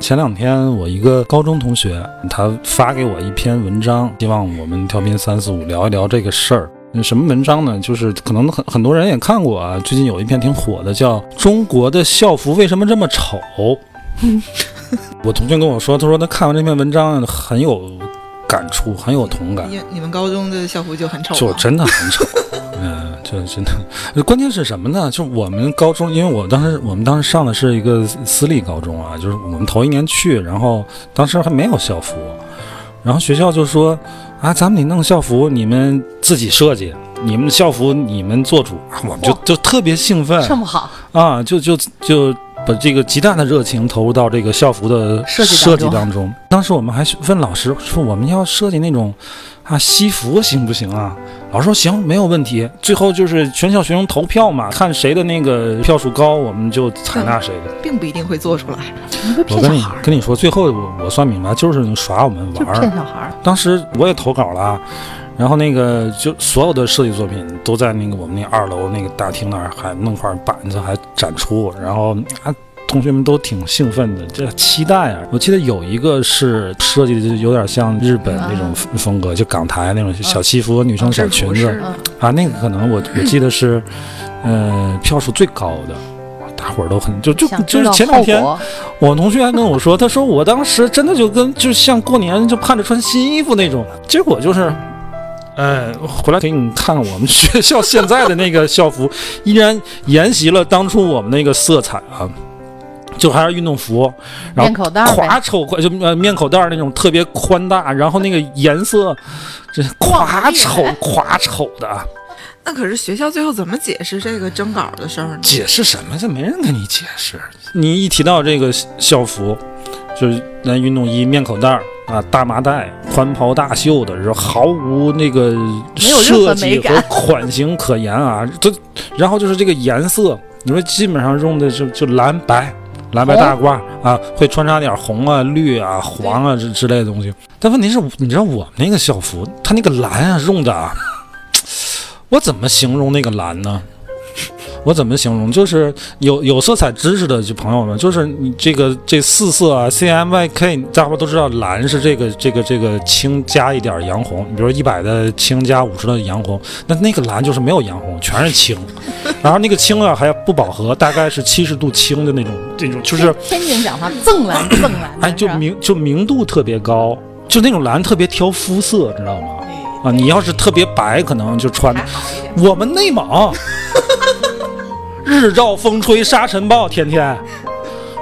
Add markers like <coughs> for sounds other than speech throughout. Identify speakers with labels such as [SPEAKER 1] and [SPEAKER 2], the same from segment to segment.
[SPEAKER 1] 前两天我一个高中同学，他发给我一篇文章，希望我们调频三四五聊一聊这个事儿。嗯什么文章呢？就是可能很很多人也看过啊，最近有一篇挺火的，叫《中国的校服为什么这么丑》。 <laughs> 我同学跟我说，他说他看完这篇文章很有感触，很有同感。
[SPEAKER 2] 你你们高中的校服就很丑啊
[SPEAKER 1] 就
[SPEAKER 3] 啊
[SPEAKER 2] 吗？
[SPEAKER 1] 真的很
[SPEAKER 3] <laughs>
[SPEAKER 1] 丑。嗯，就真的，呃关键是什么呢？就我们高中，因为我当时我们当时上的是一个私立高中啊，就是我们头一年去，然后当时还没有校服，然后学校就说啊，咱们得弄校服，你们自己设计，你们校服你们做主，啊、我们就
[SPEAKER 3] 哇
[SPEAKER 1] 就特别兴奋
[SPEAKER 3] 这么好，
[SPEAKER 1] 啊，就就就把这个极大的热情投入到这个校服的
[SPEAKER 3] 设计
[SPEAKER 1] 设
[SPEAKER 3] 当中
[SPEAKER 1] 计当中。当时我们还问老师说，我们要设计那种啊西服行不行啊？老师说行，没有问题。最后就是全校学生投票嘛，看谁的那个票数高，我们就采纳谁的。
[SPEAKER 2] 并不一定会做出来。
[SPEAKER 3] 你会
[SPEAKER 1] 我
[SPEAKER 3] 骗嗯小
[SPEAKER 1] 跟你
[SPEAKER 3] 孩儿，
[SPEAKER 1] 跟你说，最后我我算明白，就是耍我们
[SPEAKER 3] 就
[SPEAKER 1] 玩
[SPEAKER 3] 是
[SPEAKER 1] 儿
[SPEAKER 3] 骗。小孩儿。
[SPEAKER 1] 当时我也投稿了。啊然后那个就所有的设计作品都在那个我们那二楼那个大厅那儿还弄块板子还展出，然后啊同学们都挺兴奋的，这期待啊！我记得有一个是设计的就有点像日本那
[SPEAKER 3] 啊
[SPEAKER 1] 种风风格，就港台那种小西服、女生小裙
[SPEAKER 2] 制
[SPEAKER 1] 子
[SPEAKER 2] 服是
[SPEAKER 3] 嗯，
[SPEAKER 1] 啊，那个可能
[SPEAKER 3] <laughs>
[SPEAKER 1] 我我记得是，呃票数最高的。哇大伙儿都很就就
[SPEAKER 3] 想
[SPEAKER 1] 就
[SPEAKER 3] 知
[SPEAKER 1] 是
[SPEAKER 3] 道
[SPEAKER 1] 前两天
[SPEAKER 3] 后，果
[SPEAKER 1] 我同学还跟我说，他说我当时真的就跟就像过年就盼着穿新衣服那种，结果就是，呃，回来给你看看我们学校现在的那个校服，依然沿袭了当初我们那个色彩啊，就还是运动服，然
[SPEAKER 3] 面
[SPEAKER 1] 后
[SPEAKER 3] 口袋儿呗
[SPEAKER 1] 垮丑宽就呃面口袋儿那种特别宽大，然后那个颜色，这垮丑垮丑的啊，
[SPEAKER 2] 那可是学校最后怎么解释这个征稿的事儿呢？
[SPEAKER 1] 解释什么？这没人跟你解释。你一提到这个校服，就是那运动衣、面口袋儿啊、大麻袋、宽袍大袖的，然后毫无那个
[SPEAKER 3] 没有任
[SPEAKER 1] 设
[SPEAKER 3] 何
[SPEAKER 1] 计
[SPEAKER 3] 美
[SPEAKER 1] 和
[SPEAKER 3] 感
[SPEAKER 1] 款型可言啊。 <laughs> 这，然后就是这个颜色，你说基本上用的就就蓝白。蓝白大褂啊，会穿插点红啊、绿啊、黄啊之之类的东西。但问题是，你知道我们那个校服，它那个蓝啊用的啊，我怎么形容那个蓝呢？我怎么形容？就是有有色彩知识的就朋友们，就是你这个这四色啊，C M Y K，大伙都知道，蓝是这个这个这个青加一点儿洋红，你比如一百的青加五十的洋红，那那个蓝就是没有洋红，全是青，然后那个青啊还不饱和，大概是七十度青的那种，这种就是
[SPEAKER 3] 天津讲话锃
[SPEAKER 1] <coughs>
[SPEAKER 3] 蓝锃蓝的，
[SPEAKER 1] 哎就是
[SPEAKER 3] 吧
[SPEAKER 1] 明就明度特别高，就那种蓝特别挑肤色，知道吗？啊，你要是特别白，可能就穿的
[SPEAKER 3] 还好一点。
[SPEAKER 1] 我们内蒙， <laughs> 日照风吹沙尘暴，天天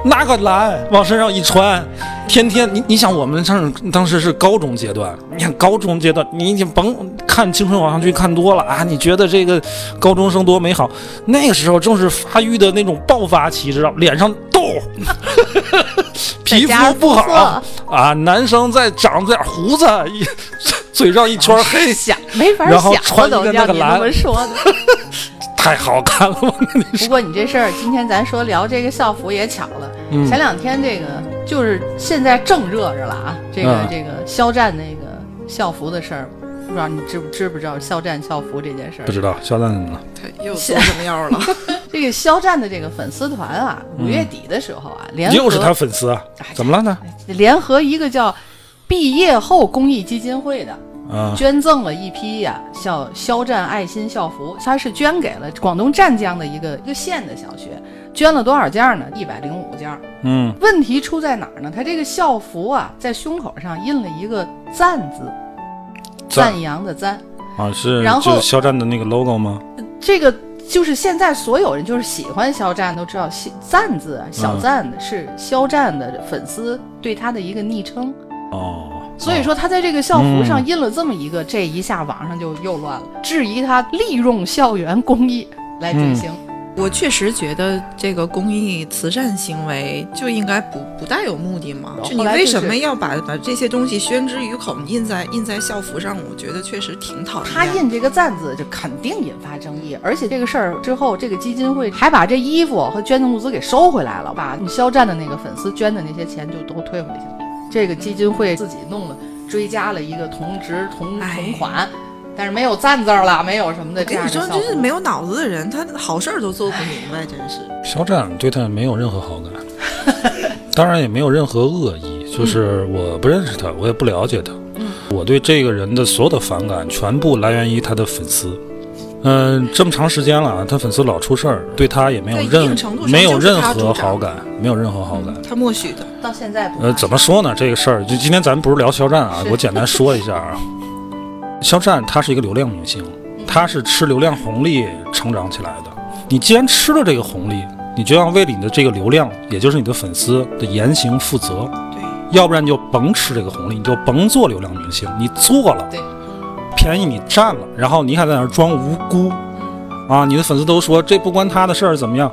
[SPEAKER 1] 拿个蓝往身上一穿，天天你你想我们上当时是高中阶段，你看高中阶段，你你甭看《青春偶像剧》看多了啊，你觉得这个高中生多美好？那个时候正是发育的那种爆发期，知道脸上痘。 <laughs> 皮
[SPEAKER 3] 再
[SPEAKER 1] 肤
[SPEAKER 3] 加上
[SPEAKER 1] 不
[SPEAKER 3] 肤
[SPEAKER 1] 好啊，男生再长点胡子，一 <laughs> 嘴上一圈
[SPEAKER 3] 啊
[SPEAKER 1] 黑，
[SPEAKER 3] 想没法
[SPEAKER 1] 然后
[SPEAKER 3] 想
[SPEAKER 1] 穿
[SPEAKER 3] 了
[SPEAKER 1] 一个
[SPEAKER 3] 都，
[SPEAKER 1] 那
[SPEAKER 3] 让
[SPEAKER 1] 个
[SPEAKER 3] 你那
[SPEAKER 1] 蓝
[SPEAKER 3] 么说的。
[SPEAKER 1] 太好看了，我跟你 <laughs> 说。
[SPEAKER 3] 不过你这事儿，今天咱说聊这个校服也巧了，
[SPEAKER 1] 嗯
[SPEAKER 3] 前两天这个就是现在正热着了啊，这个、
[SPEAKER 1] 嗯
[SPEAKER 3] 这个肖战那个校服的事儿，不知道你知不知不知道肖战校服这件事儿
[SPEAKER 1] 不？知道，肖战怎么了？
[SPEAKER 2] 他又做什么样了？
[SPEAKER 3] 这个肖战的这个粉丝团啊，五月底的时候啊，联
[SPEAKER 1] 嗯
[SPEAKER 3] 合
[SPEAKER 1] 又是他粉丝啊？怎么了呢？
[SPEAKER 3] 联合一个叫毕业后公益基金会的，
[SPEAKER 1] 啊，
[SPEAKER 3] 捐赠了一批呀、校肖战爱心校服，他是捐给了广东湛江的一个一个县的小学，捐了多少件儿呢？一百零五件儿。
[SPEAKER 1] 嗯，
[SPEAKER 3] 问题出在哪儿呢？他这个校服啊，在胸口上印了一个“赞”字，
[SPEAKER 1] 赞
[SPEAKER 3] 赞扬的“赞
[SPEAKER 1] 啊是
[SPEAKER 3] 然后
[SPEAKER 1] 就是肖战的那个 logo 吗？”，
[SPEAKER 3] 这个就是现在所有人就是喜欢肖战都知道，西赞”字啊，小赞是肖战的粉丝对他的一个昵称，
[SPEAKER 1] 哦，
[SPEAKER 3] 所以
[SPEAKER 1] 说
[SPEAKER 3] 说他在这个校服上
[SPEAKER 1] 嗯
[SPEAKER 3] 印了这么一个，这一下网上就又乱了，质疑他利用校园公益来追星。
[SPEAKER 2] <laughs> 我确实觉得这个公益慈善行为就应该不不带有目的嘛
[SPEAKER 3] 然，后
[SPEAKER 2] 哦就你
[SPEAKER 3] 后来
[SPEAKER 2] 为
[SPEAKER 3] 就是
[SPEAKER 2] 什么要把把这些东西宣之于口，印在印在校服上？我觉得确实挺讨厌。
[SPEAKER 3] 他印这个赞字，就肯定引发争议。而且这个事儿之后，这个基金会还把这衣服和捐的物资给收回来了，把你肖战的那个粉丝捐的那些钱就都退回去了。这个基金会自己弄了，追加了一个同值同
[SPEAKER 2] 哎
[SPEAKER 3] 同款，但是没有赞字儿了，没有什么的
[SPEAKER 2] 我
[SPEAKER 3] 这
[SPEAKER 2] 跟
[SPEAKER 3] 样
[SPEAKER 2] 你
[SPEAKER 3] 的
[SPEAKER 2] 说，
[SPEAKER 3] 效
[SPEAKER 2] 真是
[SPEAKER 3] 果
[SPEAKER 2] 没有脑子的人，他好事儿都做不明白，真是。
[SPEAKER 1] 哦肖战对他没有任何好
[SPEAKER 2] <laughs>
[SPEAKER 1] 感，当然也没有任何恶意，就是
[SPEAKER 2] 嗯
[SPEAKER 1] 我不认识他，我也不了解他，我对这个人的所有的反感全部来源于他的粉丝。嗯、这么长时间了啊，他粉丝老出事儿，对他也没有
[SPEAKER 2] 在一定
[SPEAKER 1] 任
[SPEAKER 2] 程度上
[SPEAKER 1] 没有
[SPEAKER 2] 就是
[SPEAKER 1] 任
[SPEAKER 2] 他
[SPEAKER 1] 何
[SPEAKER 2] 助长
[SPEAKER 1] 好感，没有任何好感。
[SPEAKER 2] 他默许的，
[SPEAKER 3] 到现在不
[SPEAKER 1] 呃，
[SPEAKER 3] 发
[SPEAKER 1] 怎么说呢？这个事儿，就今天咱们不是聊肖战啊，
[SPEAKER 3] 是
[SPEAKER 1] 我简单说一下啊。肖战他是一个流量明星，他是吃流量红利成长起来的。你既然吃了这个红利，你就要为你的这个流量，也就是你的粉丝的言行负责，
[SPEAKER 2] 对，
[SPEAKER 1] 要不然你就甭吃这个红利，你就甭做流量明星。你做了，
[SPEAKER 3] 对
[SPEAKER 1] 便宜你占了，然后你还在那儿装无辜，啊，你的粉丝都说这不关他的事儿怎么样？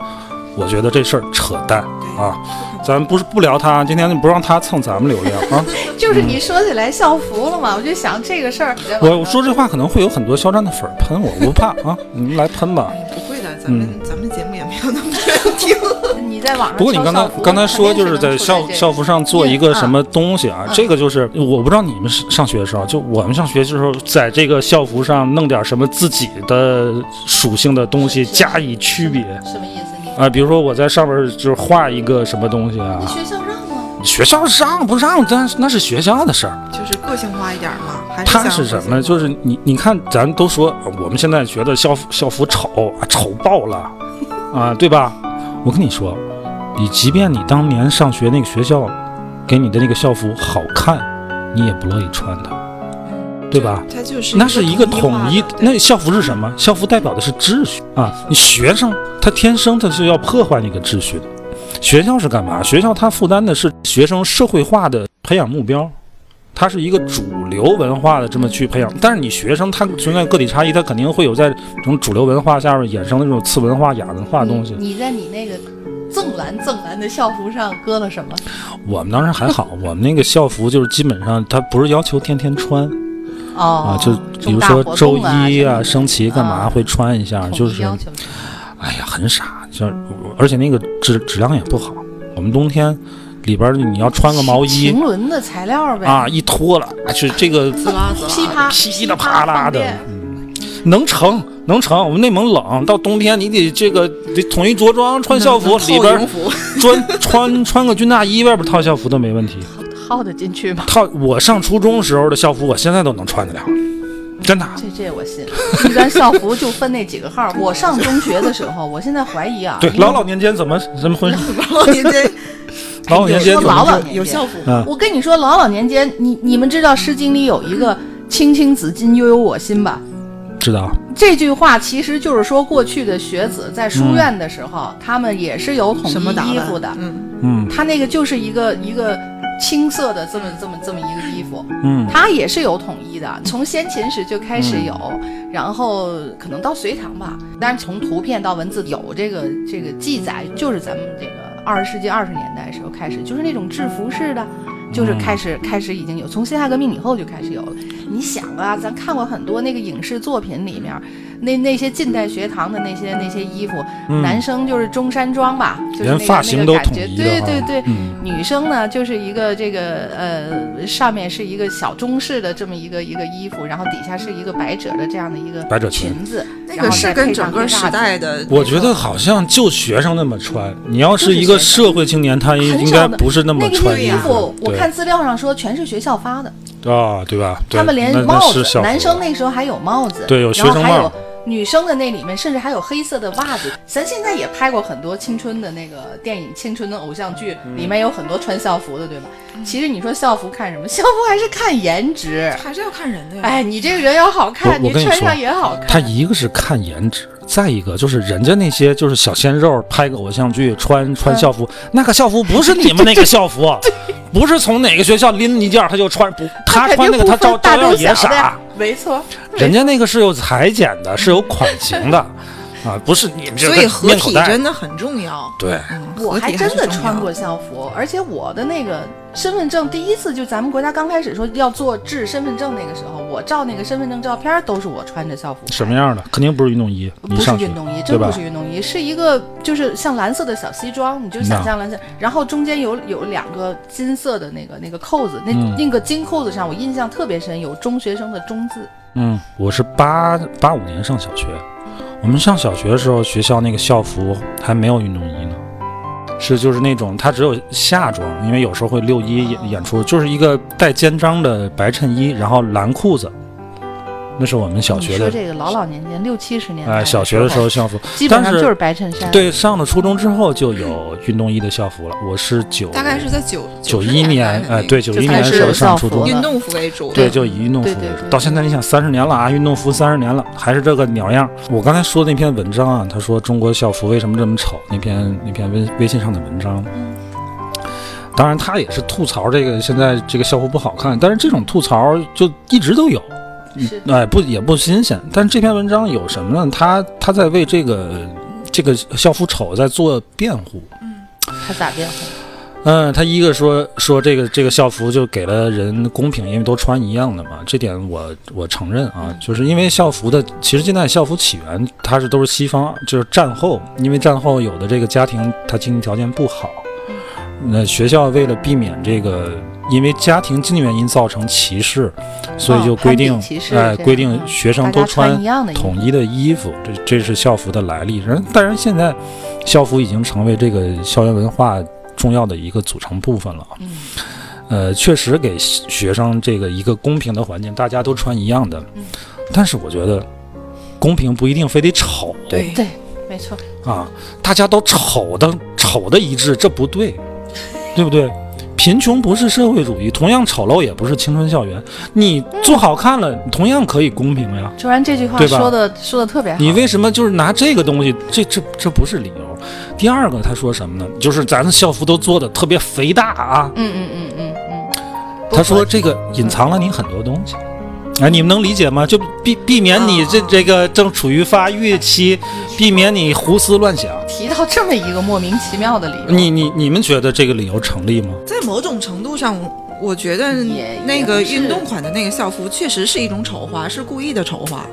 [SPEAKER 1] 我觉得这事儿扯淡
[SPEAKER 2] 对
[SPEAKER 1] 啊！咱不是不聊他，今天就不让他蹭咱们流量啊！
[SPEAKER 3] 就是你说起来校服了嘛，我就想这个事儿。
[SPEAKER 1] 我我说这话可能会有很多肖战的粉儿喷我，我不怕啊，你们来喷吧。
[SPEAKER 2] 哎不会的，咱
[SPEAKER 1] 嗯
[SPEAKER 2] 们、 <laughs> 咱们节目也没有那么多人听。
[SPEAKER 3] 你在网上
[SPEAKER 1] 不过你刚才
[SPEAKER 3] 搜校服
[SPEAKER 1] 刚才说
[SPEAKER 3] 肯定
[SPEAKER 1] 就是在
[SPEAKER 3] 能出
[SPEAKER 1] 校
[SPEAKER 3] 来这
[SPEAKER 1] 校服上做一个什么东西啊
[SPEAKER 3] 嗯嗯，嗯
[SPEAKER 1] 这个就是我不知道你们上学的时候，就我们上学的时候，在这个校服上弄点什么自己的属性的东西
[SPEAKER 3] 是
[SPEAKER 1] 加以区别
[SPEAKER 3] 什么意思？你
[SPEAKER 1] 啊，比如说我在上面就是画一个什么东西啊
[SPEAKER 3] 你，学校让吗？
[SPEAKER 1] 学校让不让，但那是学校的事儿。
[SPEAKER 2] 就是个性化一点嘛，还是
[SPEAKER 1] 他
[SPEAKER 2] 想
[SPEAKER 1] 是什么？
[SPEAKER 2] 个性化
[SPEAKER 1] 就是你，你看，咱都说呃我们现在觉得校服校服丑啊，丑爆了，啊，对吧？我跟你说，你即便你当年上学那个学校给你的那个校服好看，你也不乐意穿它，对吧？
[SPEAKER 2] 它就是
[SPEAKER 1] 那是一个统
[SPEAKER 2] 统
[SPEAKER 1] 一
[SPEAKER 2] 的，对
[SPEAKER 1] 那校服是什么？校服代表的是秩序啊！你学生他天生他是要破坏那个秩序的，学校是干嘛？学校它负担的是学生社会化的培养目标，它是一个主流文化的这么去培养。但是你学生他存在个体差异，他肯定会有在这种主流文化下面衍生的这种次文化、亚文化的东西。
[SPEAKER 3] 你你在你那个锃蓝锃蓝的校服上搁了什么？
[SPEAKER 1] 我们当时还好，我们那个校服就是基本上它不是要求天天穿啊，
[SPEAKER 3] 哦，
[SPEAKER 1] 就比如说周一啊、升旗干嘛
[SPEAKER 3] 啊
[SPEAKER 1] 会穿一下，
[SPEAKER 3] 统一
[SPEAKER 1] 就是
[SPEAKER 3] 要求
[SPEAKER 1] 哎呀，很傻，就是而且那个质质量也不好。我们冬天里边儿你要穿个毛衣
[SPEAKER 3] 晴纶的材料呗，
[SPEAKER 1] 啊，一脱了，哎去这个
[SPEAKER 2] 滋啦滋啦
[SPEAKER 3] 啊噼啪
[SPEAKER 1] 啊噼里啪啦的
[SPEAKER 3] 放电，
[SPEAKER 1] 嗯，能成能成。我们内蒙冷，到冬天你得这个得统一着装，穿校服
[SPEAKER 2] 能能
[SPEAKER 1] 里边
[SPEAKER 2] 套
[SPEAKER 1] 儿
[SPEAKER 2] 羽绒服
[SPEAKER 1] 穿 <laughs> 穿穿个军大衣，外边套校服都没问题。
[SPEAKER 3] 套得进去吗？
[SPEAKER 1] 套我上初中时候的校服，我现在都能穿得了，真的。啊
[SPEAKER 3] 这这我信，一般校服就分那几个号。我上中学的时候，我现在怀疑啊，
[SPEAKER 1] <laughs> 对，
[SPEAKER 3] 因为
[SPEAKER 1] 老老年间怎么怎么
[SPEAKER 3] <laughs>
[SPEAKER 1] 回事？
[SPEAKER 2] 然后你
[SPEAKER 1] <laughs>
[SPEAKER 2] 这
[SPEAKER 1] 老老年间
[SPEAKER 3] 有
[SPEAKER 1] 怎
[SPEAKER 3] 老
[SPEAKER 1] 么？
[SPEAKER 3] 老年
[SPEAKER 2] 有
[SPEAKER 3] 间
[SPEAKER 2] 校服
[SPEAKER 1] 嗯
[SPEAKER 3] 我跟你说，老老年间，你你们知道《诗经》里有一个“青青子衿，悠悠我心”吧？
[SPEAKER 1] 知道？
[SPEAKER 3] 这句话其实就是说，过去的学子在书院的时候，他们也是有统
[SPEAKER 2] 嗯什么打
[SPEAKER 3] 一
[SPEAKER 2] 扮
[SPEAKER 3] 衣服的。
[SPEAKER 2] 嗯，
[SPEAKER 1] 嗯
[SPEAKER 3] 他那个就是一个一个青色的这么这么这么一个衣服，
[SPEAKER 1] 嗯
[SPEAKER 3] 它也是有统一的，从先秦时就开始有，然后可能到隋唐吧，但是从图片到文字有这个这个记载，就是咱们这个二十世纪二十年代时候开始，就是那种制服式的。就是
[SPEAKER 1] 嗯
[SPEAKER 3] 开始开始已经有，从辛亥革命以后就开始有了。你想啊，咱看过很多那个影视作品里面，那那些近代学堂的那些那些衣服，
[SPEAKER 1] 嗯
[SPEAKER 3] 男生就是中山装吧，就是
[SPEAKER 1] 连
[SPEAKER 3] 那个
[SPEAKER 1] 发型
[SPEAKER 3] 那
[SPEAKER 1] 都
[SPEAKER 3] 个感
[SPEAKER 1] 统
[SPEAKER 3] 觉
[SPEAKER 1] 一的
[SPEAKER 3] 对
[SPEAKER 1] 哈
[SPEAKER 3] 对对，
[SPEAKER 1] 嗯。
[SPEAKER 3] 女生呢，就是一个这个呃，上面是一个小中式的这么一个一个衣服，然后底下是一个百褶的这样的一个
[SPEAKER 1] 百褶裙
[SPEAKER 3] 裙子，
[SPEAKER 2] 那
[SPEAKER 3] 然
[SPEAKER 2] 个
[SPEAKER 3] 后
[SPEAKER 2] 是
[SPEAKER 3] 再
[SPEAKER 2] 跟
[SPEAKER 3] 配上
[SPEAKER 2] 整个
[SPEAKER 3] 一大
[SPEAKER 2] 时代的，
[SPEAKER 1] 我觉得好像就学生那么穿，你要是一个社会青年，他
[SPEAKER 3] 很
[SPEAKER 1] 应
[SPEAKER 3] 少
[SPEAKER 1] 该
[SPEAKER 3] 的
[SPEAKER 1] 不是那么
[SPEAKER 3] 那个
[SPEAKER 1] 穿
[SPEAKER 3] 衣
[SPEAKER 1] 服
[SPEAKER 3] 服，。我看资料上说全是学校发的，
[SPEAKER 1] 对啊，对吧？对
[SPEAKER 3] 他们连
[SPEAKER 1] 那那
[SPEAKER 3] 帽
[SPEAKER 1] 是
[SPEAKER 3] 子，
[SPEAKER 1] 校服啊
[SPEAKER 3] 男生那时候还有帽子，
[SPEAKER 1] 对有
[SPEAKER 3] 然
[SPEAKER 1] 学
[SPEAKER 3] 后
[SPEAKER 1] 生
[SPEAKER 3] 还
[SPEAKER 1] 帽
[SPEAKER 3] 有女生的那里面甚至还有黑色的袜子。咱现在也拍过很多青春的那个电影、青春的偶像剧，里面有很多穿校服的，对吧？其实你说校服看什么？校服还是看颜值。
[SPEAKER 2] 还是要看人的呀。
[SPEAKER 3] 哎，你这个人要好看，
[SPEAKER 1] 我我跟你
[SPEAKER 3] 穿上
[SPEAKER 1] 说
[SPEAKER 3] 也好
[SPEAKER 1] 他
[SPEAKER 3] 看。
[SPEAKER 1] 一个是看颜值，再一个就是人家那些就是小鲜肉拍个偶像剧穿穿校服，
[SPEAKER 3] 嗯
[SPEAKER 1] 那个校服不是你们那个校
[SPEAKER 3] <laughs>
[SPEAKER 1] 服，不是从哪个学校拎一件儿他就穿，不，他穿那个他照照样也傻。
[SPEAKER 3] 没错，
[SPEAKER 1] 人家那个是有裁剪的，是有款型的。啊，不是你们这
[SPEAKER 2] 所
[SPEAKER 1] 个
[SPEAKER 2] 以合
[SPEAKER 1] 面口
[SPEAKER 2] 体
[SPEAKER 1] 袋
[SPEAKER 2] 真的很重要。
[SPEAKER 1] 对，
[SPEAKER 2] 嗯，
[SPEAKER 3] 我
[SPEAKER 2] 合体
[SPEAKER 3] 还
[SPEAKER 2] 还
[SPEAKER 3] 真的
[SPEAKER 2] 是重要
[SPEAKER 3] 穿过校服，而且我的那个身份证第一次就咱们国家刚开始说要做制身份证那个时候，我照那个身份证照片都是我穿着校服拍的。
[SPEAKER 1] 什么样的肯定不是运动衣，你
[SPEAKER 3] 不是
[SPEAKER 1] 上学
[SPEAKER 3] 运动衣，
[SPEAKER 1] 对
[SPEAKER 3] 真
[SPEAKER 1] 吧
[SPEAKER 3] 不是运动衣，是一个就是像蓝色的小西装，
[SPEAKER 1] 嗯
[SPEAKER 3] 你就想象蓝色，然后中间有有两个金色的那个那个扣子，那、
[SPEAKER 1] 嗯
[SPEAKER 3] 那个金扣子上我印象特别深，有中学生的中字，
[SPEAKER 1] 嗯，我是八八五年上小学，我们上小学的时候，学校那个校服还没有运动衣呢，是就是那种它只有夏装，因为有时候会六一
[SPEAKER 3] 哦
[SPEAKER 1] 演演出，就是一个带肩章的白衬衣，然后蓝裤子，那是我们小学
[SPEAKER 3] 你说
[SPEAKER 1] 的。
[SPEAKER 3] 这个老老年间六七十年代、
[SPEAKER 1] 哎，小学的时候，校服，
[SPEAKER 3] 基本
[SPEAKER 1] 但
[SPEAKER 3] 上
[SPEAKER 1] 是
[SPEAKER 3] 就是白衬衫，
[SPEAKER 1] 对，上了初中之后就有运动衣的校服了。我是九，
[SPEAKER 2] 大概是在九
[SPEAKER 1] 九
[SPEAKER 2] 十
[SPEAKER 1] 一
[SPEAKER 2] 年代
[SPEAKER 1] 年，
[SPEAKER 2] 的那
[SPEAKER 1] 哎，
[SPEAKER 2] 个
[SPEAKER 1] 对，九
[SPEAKER 3] 就
[SPEAKER 1] 一
[SPEAKER 3] 开
[SPEAKER 1] 年
[SPEAKER 3] 始
[SPEAKER 1] 时候
[SPEAKER 3] 有
[SPEAKER 1] 上
[SPEAKER 3] 校
[SPEAKER 1] 初
[SPEAKER 3] 服
[SPEAKER 1] 中，
[SPEAKER 3] 了
[SPEAKER 2] 运动服为主，嗯
[SPEAKER 1] 对，就以运动服
[SPEAKER 3] 对
[SPEAKER 1] 为
[SPEAKER 3] 对
[SPEAKER 1] 主
[SPEAKER 3] 对。
[SPEAKER 1] 到现在你想，三十年了啊，运动服三十年了，还是这个鸟样。我刚才说的那篇文章啊，他说中国校服为什么这么丑？那篇那篇微微信上的文章。
[SPEAKER 3] 嗯
[SPEAKER 1] 当然，他也是吐槽这个现在这个校服不好看，但是这种吐槽就一直都有，
[SPEAKER 3] 是
[SPEAKER 1] 哎，不也不新鲜。但是这篇文章有什么呢？他他在为这个这个校服丑在做辩护。
[SPEAKER 3] 它咋变化？
[SPEAKER 1] 嗯，他一个说说这个这个校服就给了人公平，因为都穿一样的嘛，这点我我承认啊，
[SPEAKER 3] 嗯
[SPEAKER 1] 就是因为校服的，其实现在校服起源它是都是西方，就是战后，因为战后有的这个家庭他经济条件不好，
[SPEAKER 3] 嗯
[SPEAKER 1] 那学校为了避免这个因为家庭经济原因造成歧视，所以
[SPEAKER 3] 哦
[SPEAKER 1] 就规
[SPEAKER 3] 攀比
[SPEAKER 1] 定
[SPEAKER 3] 歧视
[SPEAKER 1] 哎、
[SPEAKER 3] 这
[SPEAKER 1] 规
[SPEAKER 3] 样
[SPEAKER 1] 定
[SPEAKER 3] 嗯
[SPEAKER 1] 学
[SPEAKER 3] 大
[SPEAKER 1] 生
[SPEAKER 3] 家
[SPEAKER 1] 都
[SPEAKER 3] 穿一样的衣服
[SPEAKER 1] 统一的衣服，这这是校服的来历。然，但是现在校服已经成为这个校园文化重要的一个组成部分了。
[SPEAKER 3] 嗯，
[SPEAKER 1] 呃，确实给学生这个一个公平的环境，大家都穿一样的。
[SPEAKER 3] 嗯
[SPEAKER 1] 但是我觉得公平不一定非得丑。
[SPEAKER 2] 对
[SPEAKER 3] 对，没错，
[SPEAKER 1] 啊，大家都丑的丑的一致，这不对，对不对？贫穷不是社会主义，同样丑陋也不是青春校园。你做好看了，你同样可以公平呀。
[SPEAKER 3] 卓然这句话
[SPEAKER 1] 对吧
[SPEAKER 3] 说的说的特别好，
[SPEAKER 1] 你为什么就是拿这个东西？这这这不是理由。第二个，他说什么呢？就是咱的校服都做的特别肥大啊。
[SPEAKER 3] 嗯嗯嗯嗯嗯，不
[SPEAKER 1] 他说这个隐藏了你很多东西。哎，你们能理解吗？就避避免你这
[SPEAKER 3] 啊
[SPEAKER 1] 这个正处于发育期，避免你胡思乱想。
[SPEAKER 3] 提到这么一个莫名其妙的理由，
[SPEAKER 1] 你你你们觉得这个理由成立吗？
[SPEAKER 2] 在某种程度上，我觉得
[SPEAKER 3] 也
[SPEAKER 2] 那
[SPEAKER 3] 也
[SPEAKER 2] 个
[SPEAKER 3] 不是
[SPEAKER 2] 运动款的那个校服确实是一种丑化，是故意的丑化。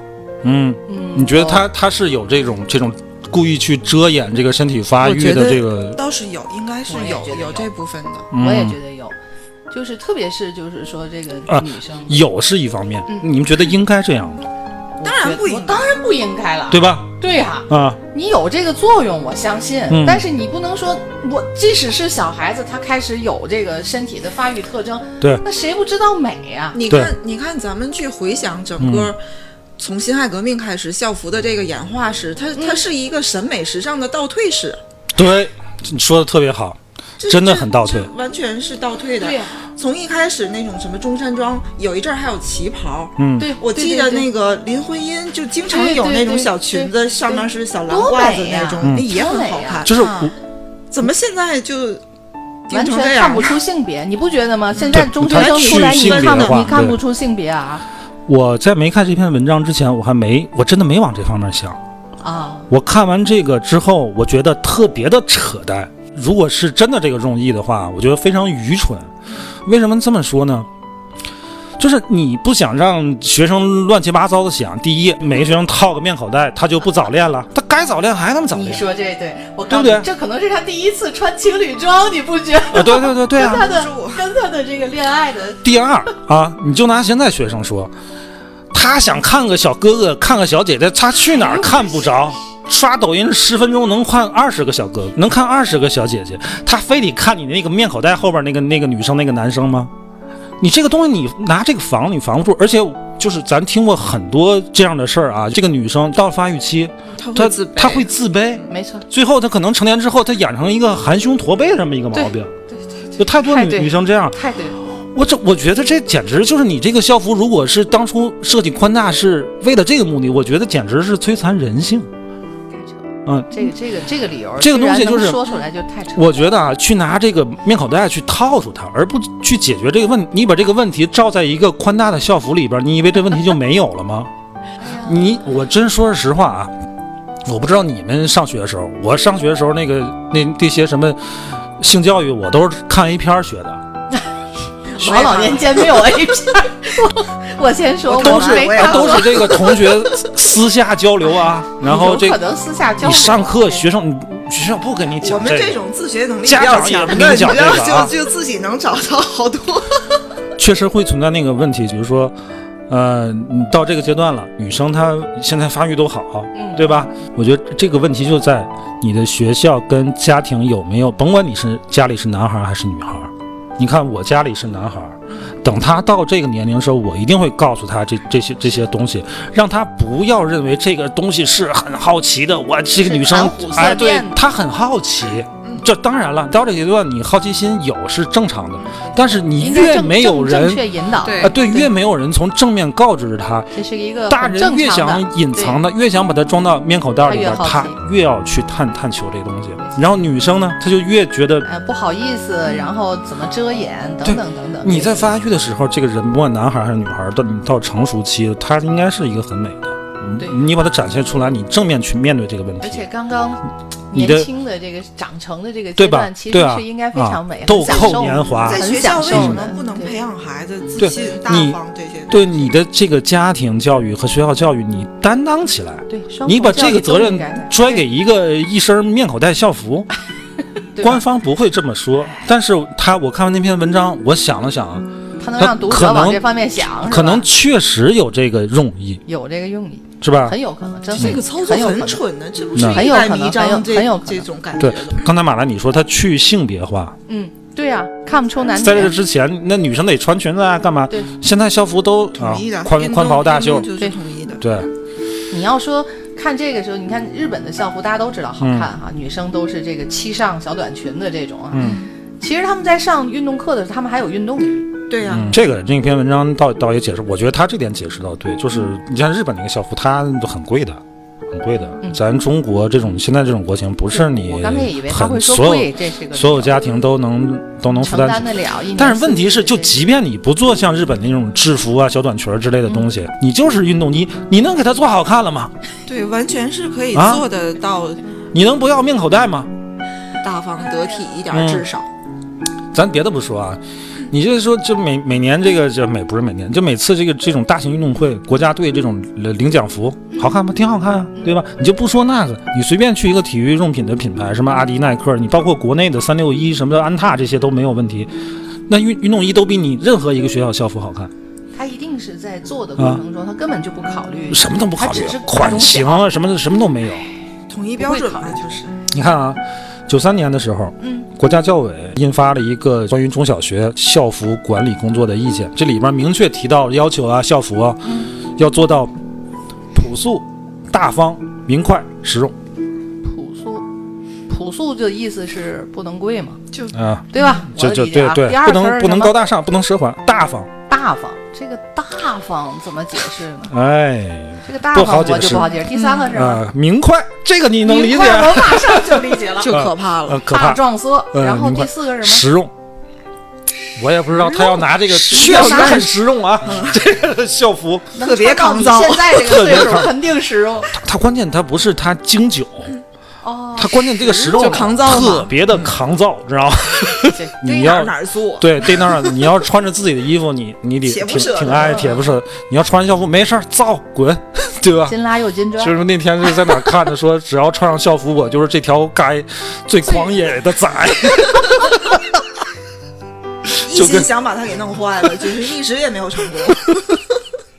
[SPEAKER 1] 嗯，
[SPEAKER 3] 嗯
[SPEAKER 1] 你觉得他他是有这种这种故意去遮掩这个身体发育的这个？
[SPEAKER 2] 倒是有，应该是
[SPEAKER 3] 嗯我也
[SPEAKER 2] 有
[SPEAKER 3] 觉得
[SPEAKER 2] 有
[SPEAKER 3] 有
[SPEAKER 2] 这部分的。
[SPEAKER 3] 我也
[SPEAKER 1] 嗯
[SPEAKER 3] 觉得有，就是特别是就是说这个
[SPEAKER 1] 啊
[SPEAKER 3] 女生，
[SPEAKER 1] 有是一方面，
[SPEAKER 3] 嗯
[SPEAKER 1] 你们觉得应该这样吗？
[SPEAKER 3] 我
[SPEAKER 2] 当然
[SPEAKER 3] 觉得
[SPEAKER 2] 不应
[SPEAKER 3] 我当然不应该了，
[SPEAKER 1] 对吧？
[SPEAKER 3] 对呀、
[SPEAKER 1] 啊，
[SPEAKER 3] 你有这个作用，我相信，
[SPEAKER 1] 嗯
[SPEAKER 3] 但是你不能说我即使是小孩子，他开始有这个身体的发育特征，
[SPEAKER 1] 对
[SPEAKER 3] 那谁不知道美呀、
[SPEAKER 2] 你
[SPEAKER 1] 对嗯
[SPEAKER 2] 看，你看，咱们去回想整个从辛亥革命开始，校服的这个演化史，
[SPEAKER 3] 嗯
[SPEAKER 2] 它它是一个审美时尚的倒退史，
[SPEAKER 1] 对，你说的特别好，
[SPEAKER 2] 这
[SPEAKER 1] 真的
[SPEAKER 2] 这
[SPEAKER 1] 很倒退
[SPEAKER 2] 这完全是倒退的
[SPEAKER 3] 对。呀、啊
[SPEAKER 2] 从一开始那种什么中山装，有一阵儿还有旗袍，
[SPEAKER 1] 嗯，
[SPEAKER 3] 对，
[SPEAKER 2] 我记
[SPEAKER 3] 对
[SPEAKER 2] 得
[SPEAKER 3] 对
[SPEAKER 2] 那个林徽因就经常
[SPEAKER 3] 对
[SPEAKER 2] 有
[SPEAKER 3] 对
[SPEAKER 2] 那种
[SPEAKER 3] 对
[SPEAKER 2] 小裙
[SPEAKER 3] 对
[SPEAKER 2] 子，上面是小蓝
[SPEAKER 3] 多
[SPEAKER 2] 褂子
[SPEAKER 3] 美
[SPEAKER 2] 那
[SPEAKER 3] 呀
[SPEAKER 2] 种，
[SPEAKER 1] 嗯
[SPEAKER 2] 那也很好
[SPEAKER 3] 多美
[SPEAKER 2] 看
[SPEAKER 3] 呀。
[SPEAKER 1] 就是
[SPEAKER 3] 啊
[SPEAKER 1] 我
[SPEAKER 2] 怎么现在就
[SPEAKER 3] 对
[SPEAKER 2] 变
[SPEAKER 3] 完
[SPEAKER 2] 成
[SPEAKER 3] 全
[SPEAKER 2] 这
[SPEAKER 3] 看
[SPEAKER 2] 样
[SPEAKER 3] 不？出性别，你不觉得吗？现在
[SPEAKER 1] 对
[SPEAKER 3] 中学生出来，
[SPEAKER 2] 他去
[SPEAKER 3] 你
[SPEAKER 2] 性别
[SPEAKER 3] 看不
[SPEAKER 1] 化
[SPEAKER 3] 你看
[SPEAKER 1] 对
[SPEAKER 3] 不出性别啊
[SPEAKER 1] 我在没看这篇文章之前，我还没，我真的没往这方面想。
[SPEAKER 3] 啊！
[SPEAKER 1] 我看完这个之后，我觉得特别的扯淡。如果是真的这个用意的话，我觉得非常愚蠢。为什么这么说呢？就是你不想让学生乱七八糟的想。第一，每个学生套个面口袋，他就不早恋了，他该早恋还他妈早
[SPEAKER 3] 你
[SPEAKER 1] 恋
[SPEAKER 3] 说这对，我
[SPEAKER 1] 对
[SPEAKER 3] 告
[SPEAKER 1] 不
[SPEAKER 3] 诉
[SPEAKER 1] 对
[SPEAKER 3] 你，这可能是他第一次穿情侣装，你不觉得？
[SPEAKER 1] 啊！对对对对
[SPEAKER 3] 跟
[SPEAKER 1] 啊！
[SPEAKER 3] 他的跟他的这个恋爱的
[SPEAKER 1] 第二啊，你就拿现在学生说，他想看个小哥哥，看个小姐姐，他去哪儿看不着？刷抖音十分钟能看二十个小哥哥，能看二十个小姐姐，他非得看你那个面口袋后边那个那个女生那个男生吗？你这个东西你拿这个防你防不住，而且就是咱听过很多这样的事儿啊，这个女生到了发育期，她
[SPEAKER 2] 他会自卑，
[SPEAKER 1] 她会自卑，
[SPEAKER 3] <laughs> 没错，
[SPEAKER 1] 最后她可能成年之后她养成一个含胸驼背这么一个毛病，
[SPEAKER 3] 对对对，
[SPEAKER 1] 有太多
[SPEAKER 3] 太
[SPEAKER 1] 女
[SPEAKER 3] 对
[SPEAKER 1] 女生这样，
[SPEAKER 3] 太对了，
[SPEAKER 1] 我这我觉得这简直就是你这个校服，如果是当初设计宽大是为了这个目的，我觉得简直是摧残人性。
[SPEAKER 3] 太扯了。
[SPEAKER 1] 嗯，
[SPEAKER 3] 这个这个这个理由，
[SPEAKER 1] 这个东西
[SPEAKER 3] 居然能
[SPEAKER 1] 就是
[SPEAKER 3] 说出来就太扯了。
[SPEAKER 1] 我觉得啊，去拿这个面口袋去套住它，而不去解决这个问题。你把这个问题罩在一个宽大的
[SPEAKER 3] <laughs>
[SPEAKER 1] 校服里边，你以为这问题就没有了吗？你我真说实话啊，我不知道你们上学的时候，我上学的时候那个那那些什么性教育，我都是看 A 片儿学的。
[SPEAKER 3] 我老年间没有 <laughs> A 片儿，我我先说，
[SPEAKER 1] 都是
[SPEAKER 3] 没看
[SPEAKER 1] 都
[SPEAKER 3] 过
[SPEAKER 1] 是，这个同学私下交流
[SPEAKER 3] <laughs>
[SPEAKER 1] 啊，然后这
[SPEAKER 3] 有可能私下交
[SPEAKER 1] 你
[SPEAKER 3] 流。
[SPEAKER 1] 上课学生你学校不跟你
[SPEAKER 2] 我
[SPEAKER 1] 讲
[SPEAKER 2] 们
[SPEAKER 1] 这
[SPEAKER 2] 这
[SPEAKER 1] 个，
[SPEAKER 2] 种自学能力比
[SPEAKER 1] 家
[SPEAKER 2] 较
[SPEAKER 1] 长也
[SPEAKER 2] 强
[SPEAKER 1] 不
[SPEAKER 2] 的，
[SPEAKER 1] 跟你讲这
[SPEAKER 2] 然后
[SPEAKER 1] 个啊
[SPEAKER 2] 就就自己能找到好多。
[SPEAKER 1] 确实会存在那个问题，比如说。呃，你到这个阶段了，女生她现在发育都好，
[SPEAKER 3] 嗯
[SPEAKER 1] 对吧？我觉得这个问题就在你的学校跟家庭有没有，甭管你是家里是男孩儿还是女孩儿。你看我家里是男孩儿，等他到这个年龄的时候，我一定会告诉他这这些这些东西，让他不要认为这个东西是很好奇的。我这个女
[SPEAKER 3] 是
[SPEAKER 1] 生
[SPEAKER 3] 谈虎，色
[SPEAKER 1] 哎，对
[SPEAKER 3] 变的嗯
[SPEAKER 1] 她很好奇。这当然了，到这阶段你好奇心有是正常的，但是你
[SPEAKER 3] 应该
[SPEAKER 1] 越
[SPEAKER 3] 正
[SPEAKER 1] 没有
[SPEAKER 3] 正正
[SPEAKER 1] 人
[SPEAKER 3] 确引导，
[SPEAKER 2] 对
[SPEAKER 1] 啊、对，越没有人从正面告知他，
[SPEAKER 3] 这是一个
[SPEAKER 1] 大
[SPEAKER 3] 很
[SPEAKER 1] 人
[SPEAKER 3] 正
[SPEAKER 1] 越
[SPEAKER 3] 常
[SPEAKER 1] 想
[SPEAKER 3] 的
[SPEAKER 1] 隐藏的，越想把它装到面口袋里边，
[SPEAKER 3] 他越好
[SPEAKER 1] 他
[SPEAKER 3] 奇
[SPEAKER 1] 越要去探探求这东西。然后女生呢，她就越觉得
[SPEAKER 3] 呃不好意思，然后怎么遮掩
[SPEAKER 1] 对
[SPEAKER 3] 等等等等。
[SPEAKER 1] 你在发育的时候，这个人不管男孩还是女孩，到你到成熟期，他应该是一个很美的。
[SPEAKER 3] 嗯对
[SPEAKER 1] 你你把它展现出来，你正面去面对这个问题
[SPEAKER 3] 而且。刚刚
[SPEAKER 1] 你
[SPEAKER 3] 年
[SPEAKER 1] 的
[SPEAKER 3] 轻的这个长成的这个
[SPEAKER 1] 对
[SPEAKER 3] 阶
[SPEAKER 1] 吧
[SPEAKER 3] 段，其
[SPEAKER 1] 对
[SPEAKER 3] 实
[SPEAKER 1] 啊
[SPEAKER 3] 是应该非
[SPEAKER 1] 啊
[SPEAKER 3] 常美，很
[SPEAKER 1] 豆
[SPEAKER 3] 享
[SPEAKER 1] 蔻
[SPEAKER 3] 受
[SPEAKER 1] 年
[SPEAKER 3] 的
[SPEAKER 1] 华
[SPEAKER 2] 在
[SPEAKER 3] 很
[SPEAKER 2] 学校
[SPEAKER 3] 享
[SPEAKER 2] 为
[SPEAKER 3] 受
[SPEAKER 2] 什
[SPEAKER 3] 的
[SPEAKER 2] 么不能
[SPEAKER 3] 对
[SPEAKER 2] 培养孩子自
[SPEAKER 1] 对
[SPEAKER 2] 信、大
[SPEAKER 1] 你
[SPEAKER 2] 方这些？
[SPEAKER 1] 对你的这个家庭教育和学校教育，你担当起来，
[SPEAKER 3] 对，双
[SPEAKER 1] 你
[SPEAKER 3] 重
[SPEAKER 1] 把
[SPEAKER 3] 教
[SPEAKER 1] 这个
[SPEAKER 3] 育都
[SPEAKER 1] 责
[SPEAKER 3] 应
[SPEAKER 1] 任
[SPEAKER 3] 该的
[SPEAKER 1] 拽给一个一身面口袋校服。
[SPEAKER 3] 对吧
[SPEAKER 1] 官方不会这么说，但是他我看完那篇文章，我想了想，啊
[SPEAKER 3] 他能
[SPEAKER 1] 他
[SPEAKER 3] 让读
[SPEAKER 1] 可
[SPEAKER 3] 者往
[SPEAKER 1] 能
[SPEAKER 3] 这方面想，是吧
[SPEAKER 1] 可能确实有这个用意，
[SPEAKER 3] 有这个用意，
[SPEAKER 1] 是吧？
[SPEAKER 3] 很有可能，真的
[SPEAKER 2] 这个操作
[SPEAKER 3] 很有可
[SPEAKER 2] 很
[SPEAKER 3] 能。
[SPEAKER 2] 蠢的，这不是
[SPEAKER 1] 那
[SPEAKER 2] 一
[SPEAKER 3] 很有
[SPEAKER 2] 百
[SPEAKER 3] 可能
[SPEAKER 2] 迷
[SPEAKER 3] 很有
[SPEAKER 2] 章这
[SPEAKER 3] 很有可能
[SPEAKER 2] 这种感觉
[SPEAKER 1] 对
[SPEAKER 2] 的。，
[SPEAKER 1] 刚才马兰你说他去性别化，
[SPEAKER 3] 嗯，对呀，看不出男女
[SPEAKER 1] 在这之前那女生得穿裙子啊，干嘛
[SPEAKER 3] 对？
[SPEAKER 1] 现在校服都啊
[SPEAKER 2] 统一的，
[SPEAKER 1] 宽
[SPEAKER 2] 运动
[SPEAKER 1] 宽袍大
[SPEAKER 2] 运动
[SPEAKER 1] 袖，
[SPEAKER 2] 就是
[SPEAKER 3] 对
[SPEAKER 2] 统一的。
[SPEAKER 1] 对，
[SPEAKER 3] 你要说看这个时候，你看日本的校服，大家都知道
[SPEAKER 1] 嗯
[SPEAKER 3] 好看哈，女生都是这个七上小短裙的这种啊。
[SPEAKER 1] 嗯，
[SPEAKER 3] 其实他们在上运动课的时候，他们还有运动服，
[SPEAKER 2] 对呀，
[SPEAKER 1] 嗯这个那篇文章倒倒也解释，我觉得他这点解释倒对，就是你像日本那个校服，它都很贵的。很贵的，
[SPEAKER 3] 嗯
[SPEAKER 1] 咱中国这种现在这种国情，不是你
[SPEAKER 3] 我刚才也以为他会
[SPEAKER 1] 很
[SPEAKER 3] 说
[SPEAKER 1] 所有
[SPEAKER 3] 贵，这是个
[SPEAKER 1] 所有家庭都能都能负
[SPEAKER 3] 承
[SPEAKER 1] 担起
[SPEAKER 3] 担得了。一年
[SPEAKER 1] 但是问题
[SPEAKER 3] 四
[SPEAKER 1] 是，
[SPEAKER 3] 季
[SPEAKER 1] 就
[SPEAKER 3] 这种
[SPEAKER 1] 即便你不做像日本那种制服啊、小短裙儿之类的东西，你就是运动衣，你能给它做好看了吗？
[SPEAKER 2] 对，完全是可以
[SPEAKER 1] 啊
[SPEAKER 2] 做得到
[SPEAKER 1] 你能不要命口袋吗？
[SPEAKER 2] 大方得体一点
[SPEAKER 1] 嗯
[SPEAKER 2] 儿，至少。
[SPEAKER 1] 咱别的不说啊，你就说就每每年这个这每不是每年，就每次这个这种大型运动会，国家队这种呃领奖服好看吗？挺好看啊，对吧？你就不说那个，你随便去一个体育用品的品牌，什么阿迪、耐克，你包括国内的三六一什么的安踏这些都没有问题，那运运动衣都比你任何一个学校校服好看。
[SPEAKER 3] 他一定是在做
[SPEAKER 1] 啊
[SPEAKER 3] 的过程中，他根本就不考虑
[SPEAKER 1] 什么都不考虑
[SPEAKER 3] 它只是，
[SPEAKER 1] 款型啊什么的什么都没有。
[SPEAKER 2] 统一标准吧，就是，
[SPEAKER 1] 你看啊，九三年的时候，
[SPEAKER 3] 嗯，
[SPEAKER 1] 国家教委印发了一个关于中小学校服管理工作的意见，这里边明确提到要求啊，校服啊，
[SPEAKER 3] 嗯
[SPEAKER 1] 要做到朴素、大方、明快、实用
[SPEAKER 3] 朴素。朴素的意思是不能贵嘛，
[SPEAKER 1] 啊，
[SPEAKER 3] 对吧？
[SPEAKER 1] 这
[SPEAKER 3] 我的
[SPEAKER 1] 这
[SPEAKER 3] 理解
[SPEAKER 1] 对
[SPEAKER 3] 啊
[SPEAKER 1] 对
[SPEAKER 3] 第，二
[SPEAKER 1] 不
[SPEAKER 3] 词儿
[SPEAKER 1] 能
[SPEAKER 3] 是
[SPEAKER 1] 不能
[SPEAKER 3] 什么
[SPEAKER 1] 高大上，不能奢华，大方，
[SPEAKER 3] 大方，这个大方怎么解释呢？
[SPEAKER 1] 哎
[SPEAKER 3] 这个大
[SPEAKER 1] 不
[SPEAKER 3] 方
[SPEAKER 1] 好
[SPEAKER 3] 我
[SPEAKER 1] 解
[SPEAKER 3] 就
[SPEAKER 1] 释
[SPEAKER 3] 不好解释。第三个是什么？
[SPEAKER 1] 啊，明快，这个你能理
[SPEAKER 3] 明
[SPEAKER 1] 解
[SPEAKER 3] 快
[SPEAKER 1] 啊？
[SPEAKER 3] 我马上就理解了
[SPEAKER 2] 就可怕了
[SPEAKER 1] 呃，。可怕
[SPEAKER 3] 大，壮色。
[SPEAKER 1] 嗯
[SPEAKER 3] 然后
[SPEAKER 1] 明白
[SPEAKER 3] 第四个是什么？
[SPEAKER 1] 实用。我也不知道他要拿这个，
[SPEAKER 3] 实
[SPEAKER 1] 确
[SPEAKER 3] 用嗯
[SPEAKER 1] 实很实用啊， <laughs> 这个校服。
[SPEAKER 3] 能
[SPEAKER 2] 特别
[SPEAKER 3] 穿到
[SPEAKER 2] 抗
[SPEAKER 3] 你
[SPEAKER 2] 造
[SPEAKER 3] 现在这
[SPEAKER 1] 特
[SPEAKER 3] 个
[SPEAKER 1] 别
[SPEAKER 3] 岁数
[SPEAKER 1] 抗
[SPEAKER 3] 肯定哦实
[SPEAKER 1] <laughs>
[SPEAKER 3] 用。
[SPEAKER 1] 它关键它不是它经久，
[SPEAKER 3] 哦，
[SPEAKER 1] 它关键这个实用
[SPEAKER 2] 就抗造嘛嗯
[SPEAKER 1] 特别的抗造，知道吗？
[SPEAKER 3] 对
[SPEAKER 1] 你
[SPEAKER 2] 哪
[SPEAKER 1] 要
[SPEAKER 2] 儿哪儿做，
[SPEAKER 1] 对对那儿，你要穿着自己的衣服，你你得
[SPEAKER 2] 铁不
[SPEAKER 1] 挺
[SPEAKER 2] 舍得
[SPEAKER 1] 挺爱 <laughs> 铁不舍得。你要穿校服没事儿，造滚， <laughs> 对吧？
[SPEAKER 3] 金拉又金砖
[SPEAKER 1] 就。是那天是在哪儿看的，说只要穿上校服，我就是这条街最狂野的仔。
[SPEAKER 2] 一
[SPEAKER 1] 就跟
[SPEAKER 2] 心想把它给弄坏了，就是一直也没有成功。
[SPEAKER 1] <laughs>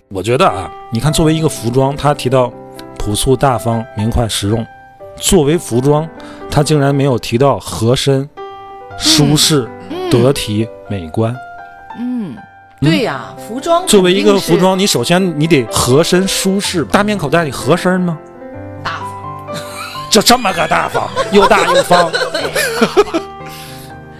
[SPEAKER 1] 我觉得啊，你看，作为一个服装，它提到朴素、大方、明快、实用，作为服装，它竟然没有提到合身、舒适、
[SPEAKER 2] 嗯
[SPEAKER 1] 得体、美观。
[SPEAKER 3] 嗯，对呀，服装
[SPEAKER 1] 作为一个
[SPEAKER 3] 肯定是
[SPEAKER 1] 服装，你首先你得合身舒适吧。大面口袋你合身吗？
[SPEAKER 3] 大方，
[SPEAKER 1] 就这么个大
[SPEAKER 3] <laughs>
[SPEAKER 1] 方，又大又方，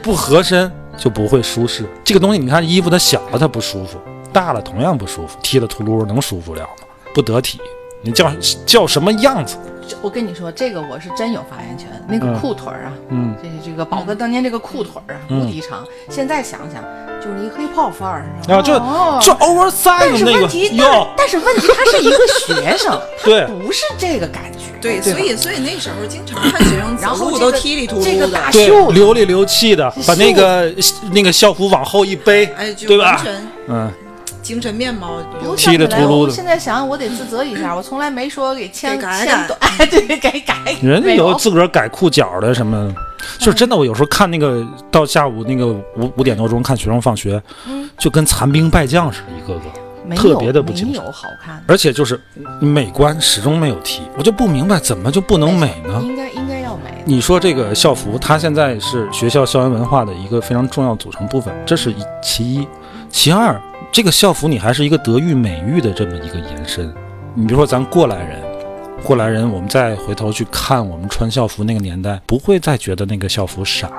[SPEAKER 1] 不合身就不会舒适。这个东西，你看衣服它小了它不舒服，大了同样不舒服，踢了秃噜能舒服了吗？不得体，你叫叫什么样子？
[SPEAKER 3] 这我跟你说，这个我是真有发言权。那个
[SPEAKER 1] 嗯
[SPEAKER 3] 裤腿儿啊，
[SPEAKER 1] 嗯，
[SPEAKER 3] 这这个宝哥当年这个裤腿儿啊，
[SPEAKER 1] 嗯
[SPEAKER 3] 不提倡。现在想想，就是一黑泡范儿，是
[SPEAKER 1] 然
[SPEAKER 3] 吧
[SPEAKER 1] 后啊就
[SPEAKER 3] 哦
[SPEAKER 1] 就 oversize
[SPEAKER 3] 但是
[SPEAKER 1] 那
[SPEAKER 3] 问
[SPEAKER 1] 个
[SPEAKER 3] 题，
[SPEAKER 1] 哟，
[SPEAKER 3] 但，但是问题，他是一个学生 <laughs>
[SPEAKER 1] 对
[SPEAKER 3] 他不是这个感觉。
[SPEAKER 2] <laughs> 对，
[SPEAKER 1] 对吧啊
[SPEAKER 2] 所以所以那时候经常看学生
[SPEAKER 3] 然
[SPEAKER 2] 走
[SPEAKER 3] 后
[SPEAKER 2] 路
[SPEAKER 3] 这
[SPEAKER 2] 都
[SPEAKER 3] 个
[SPEAKER 2] 踢里突
[SPEAKER 3] 这个
[SPEAKER 2] 突的，
[SPEAKER 3] 大
[SPEAKER 1] 对，
[SPEAKER 3] 袖子
[SPEAKER 1] 流里流气的，把那个那个校服往后一背，
[SPEAKER 2] 哎，就
[SPEAKER 1] 对
[SPEAKER 2] 完
[SPEAKER 1] 吧？
[SPEAKER 2] 全
[SPEAKER 1] 嗯，
[SPEAKER 2] 精神面貌
[SPEAKER 3] 不
[SPEAKER 2] 有
[SPEAKER 3] 像
[SPEAKER 1] 稀里
[SPEAKER 3] 本来
[SPEAKER 1] 秃噜
[SPEAKER 3] 我
[SPEAKER 1] 的
[SPEAKER 3] 现在想想，我得自责一下，我从来没说给牵
[SPEAKER 2] 给改
[SPEAKER 3] 牵
[SPEAKER 2] 改
[SPEAKER 3] 短， <laughs> 对，改改。
[SPEAKER 1] 人家
[SPEAKER 3] 没嗯
[SPEAKER 1] 有自个儿改裤脚的什么，就是真的。我有时候看那个到下午那个五五点多钟看学生放学，
[SPEAKER 3] 嗯
[SPEAKER 1] 就跟残兵败将似的，一个个，
[SPEAKER 3] 没
[SPEAKER 1] 特
[SPEAKER 3] 有
[SPEAKER 1] 别的不
[SPEAKER 3] 没
[SPEAKER 1] 精
[SPEAKER 3] 有好看的，
[SPEAKER 1] 而且就是美观始终没有提，我就不明白怎么就不能美呢？
[SPEAKER 3] 应该应该要美的。
[SPEAKER 1] 你说这个校服，它现在是学校校园文化的一个非常重要组成部分，这是一其一。其二，这个校服你还是一个德育美育的这么一个延伸。你比如说咱过来人，过来人，我们再回头去看我们穿校服那个年代，不会再觉得那个校服傻。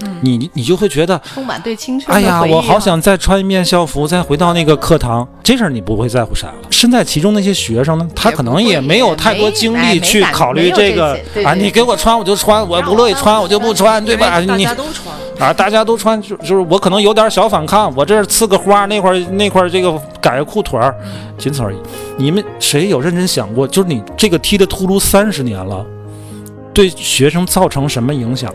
[SPEAKER 2] 嗯
[SPEAKER 1] 你你你就会觉得，
[SPEAKER 3] 充满对青春的
[SPEAKER 1] 哎呀，
[SPEAKER 3] 回忆啊
[SPEAKER 1] 我好想再穿一遍校服，再回到那个课堂。这事儿你不会在乎傻了。身在其中那些学生呢，他可能
[SPEAKER 3] 也不会
[SPEAKER 1] 也没有太多
[SPEAKER 3] 也
[SPEAKER 1] 精
[SPEAKER 3] 没
[SPEAKER 1] 力去
[SPEAKER 3] 哎没
[SPEAKER 1] 考虑
[SPEAKER 3] 感没有
[SPEAKER 1] 个
[SPEAKER 3] 这些
[SPEAKER 1] 啊，
[SPEAKER 3] 对对
[SPEAKER 1] 你给我穿我就穿，我
[SPEAKER 3] 让
[SPEAKER 1] 不
[SPEAKER 3] 我
[SPEAKER 1] 乐意
[SPEAKER 3] 穿
[SPEAKER 1] 穿
[SPEAKER 3] 我
[SPEAKER 1] 我就不
[SPEAKER 3] 就
[SPEAKER 1] 穿，
[SPEAKER 3] 穿
[SPEAKER 1] 对吧？
[SPEAKER 2] 因为大
[SPEAKER 1] 你
[SPEAKER 2] 家都穿，
[SPEAKER 1] 啊，大家都穿就就是我可能有点小反抗，我这儿刺个花，那块儿那块儿这个改个裤腿儿，仅此而已。你们谁有认真想过，就是你这个踢的秃噜三十年了，对学生造成什么影响？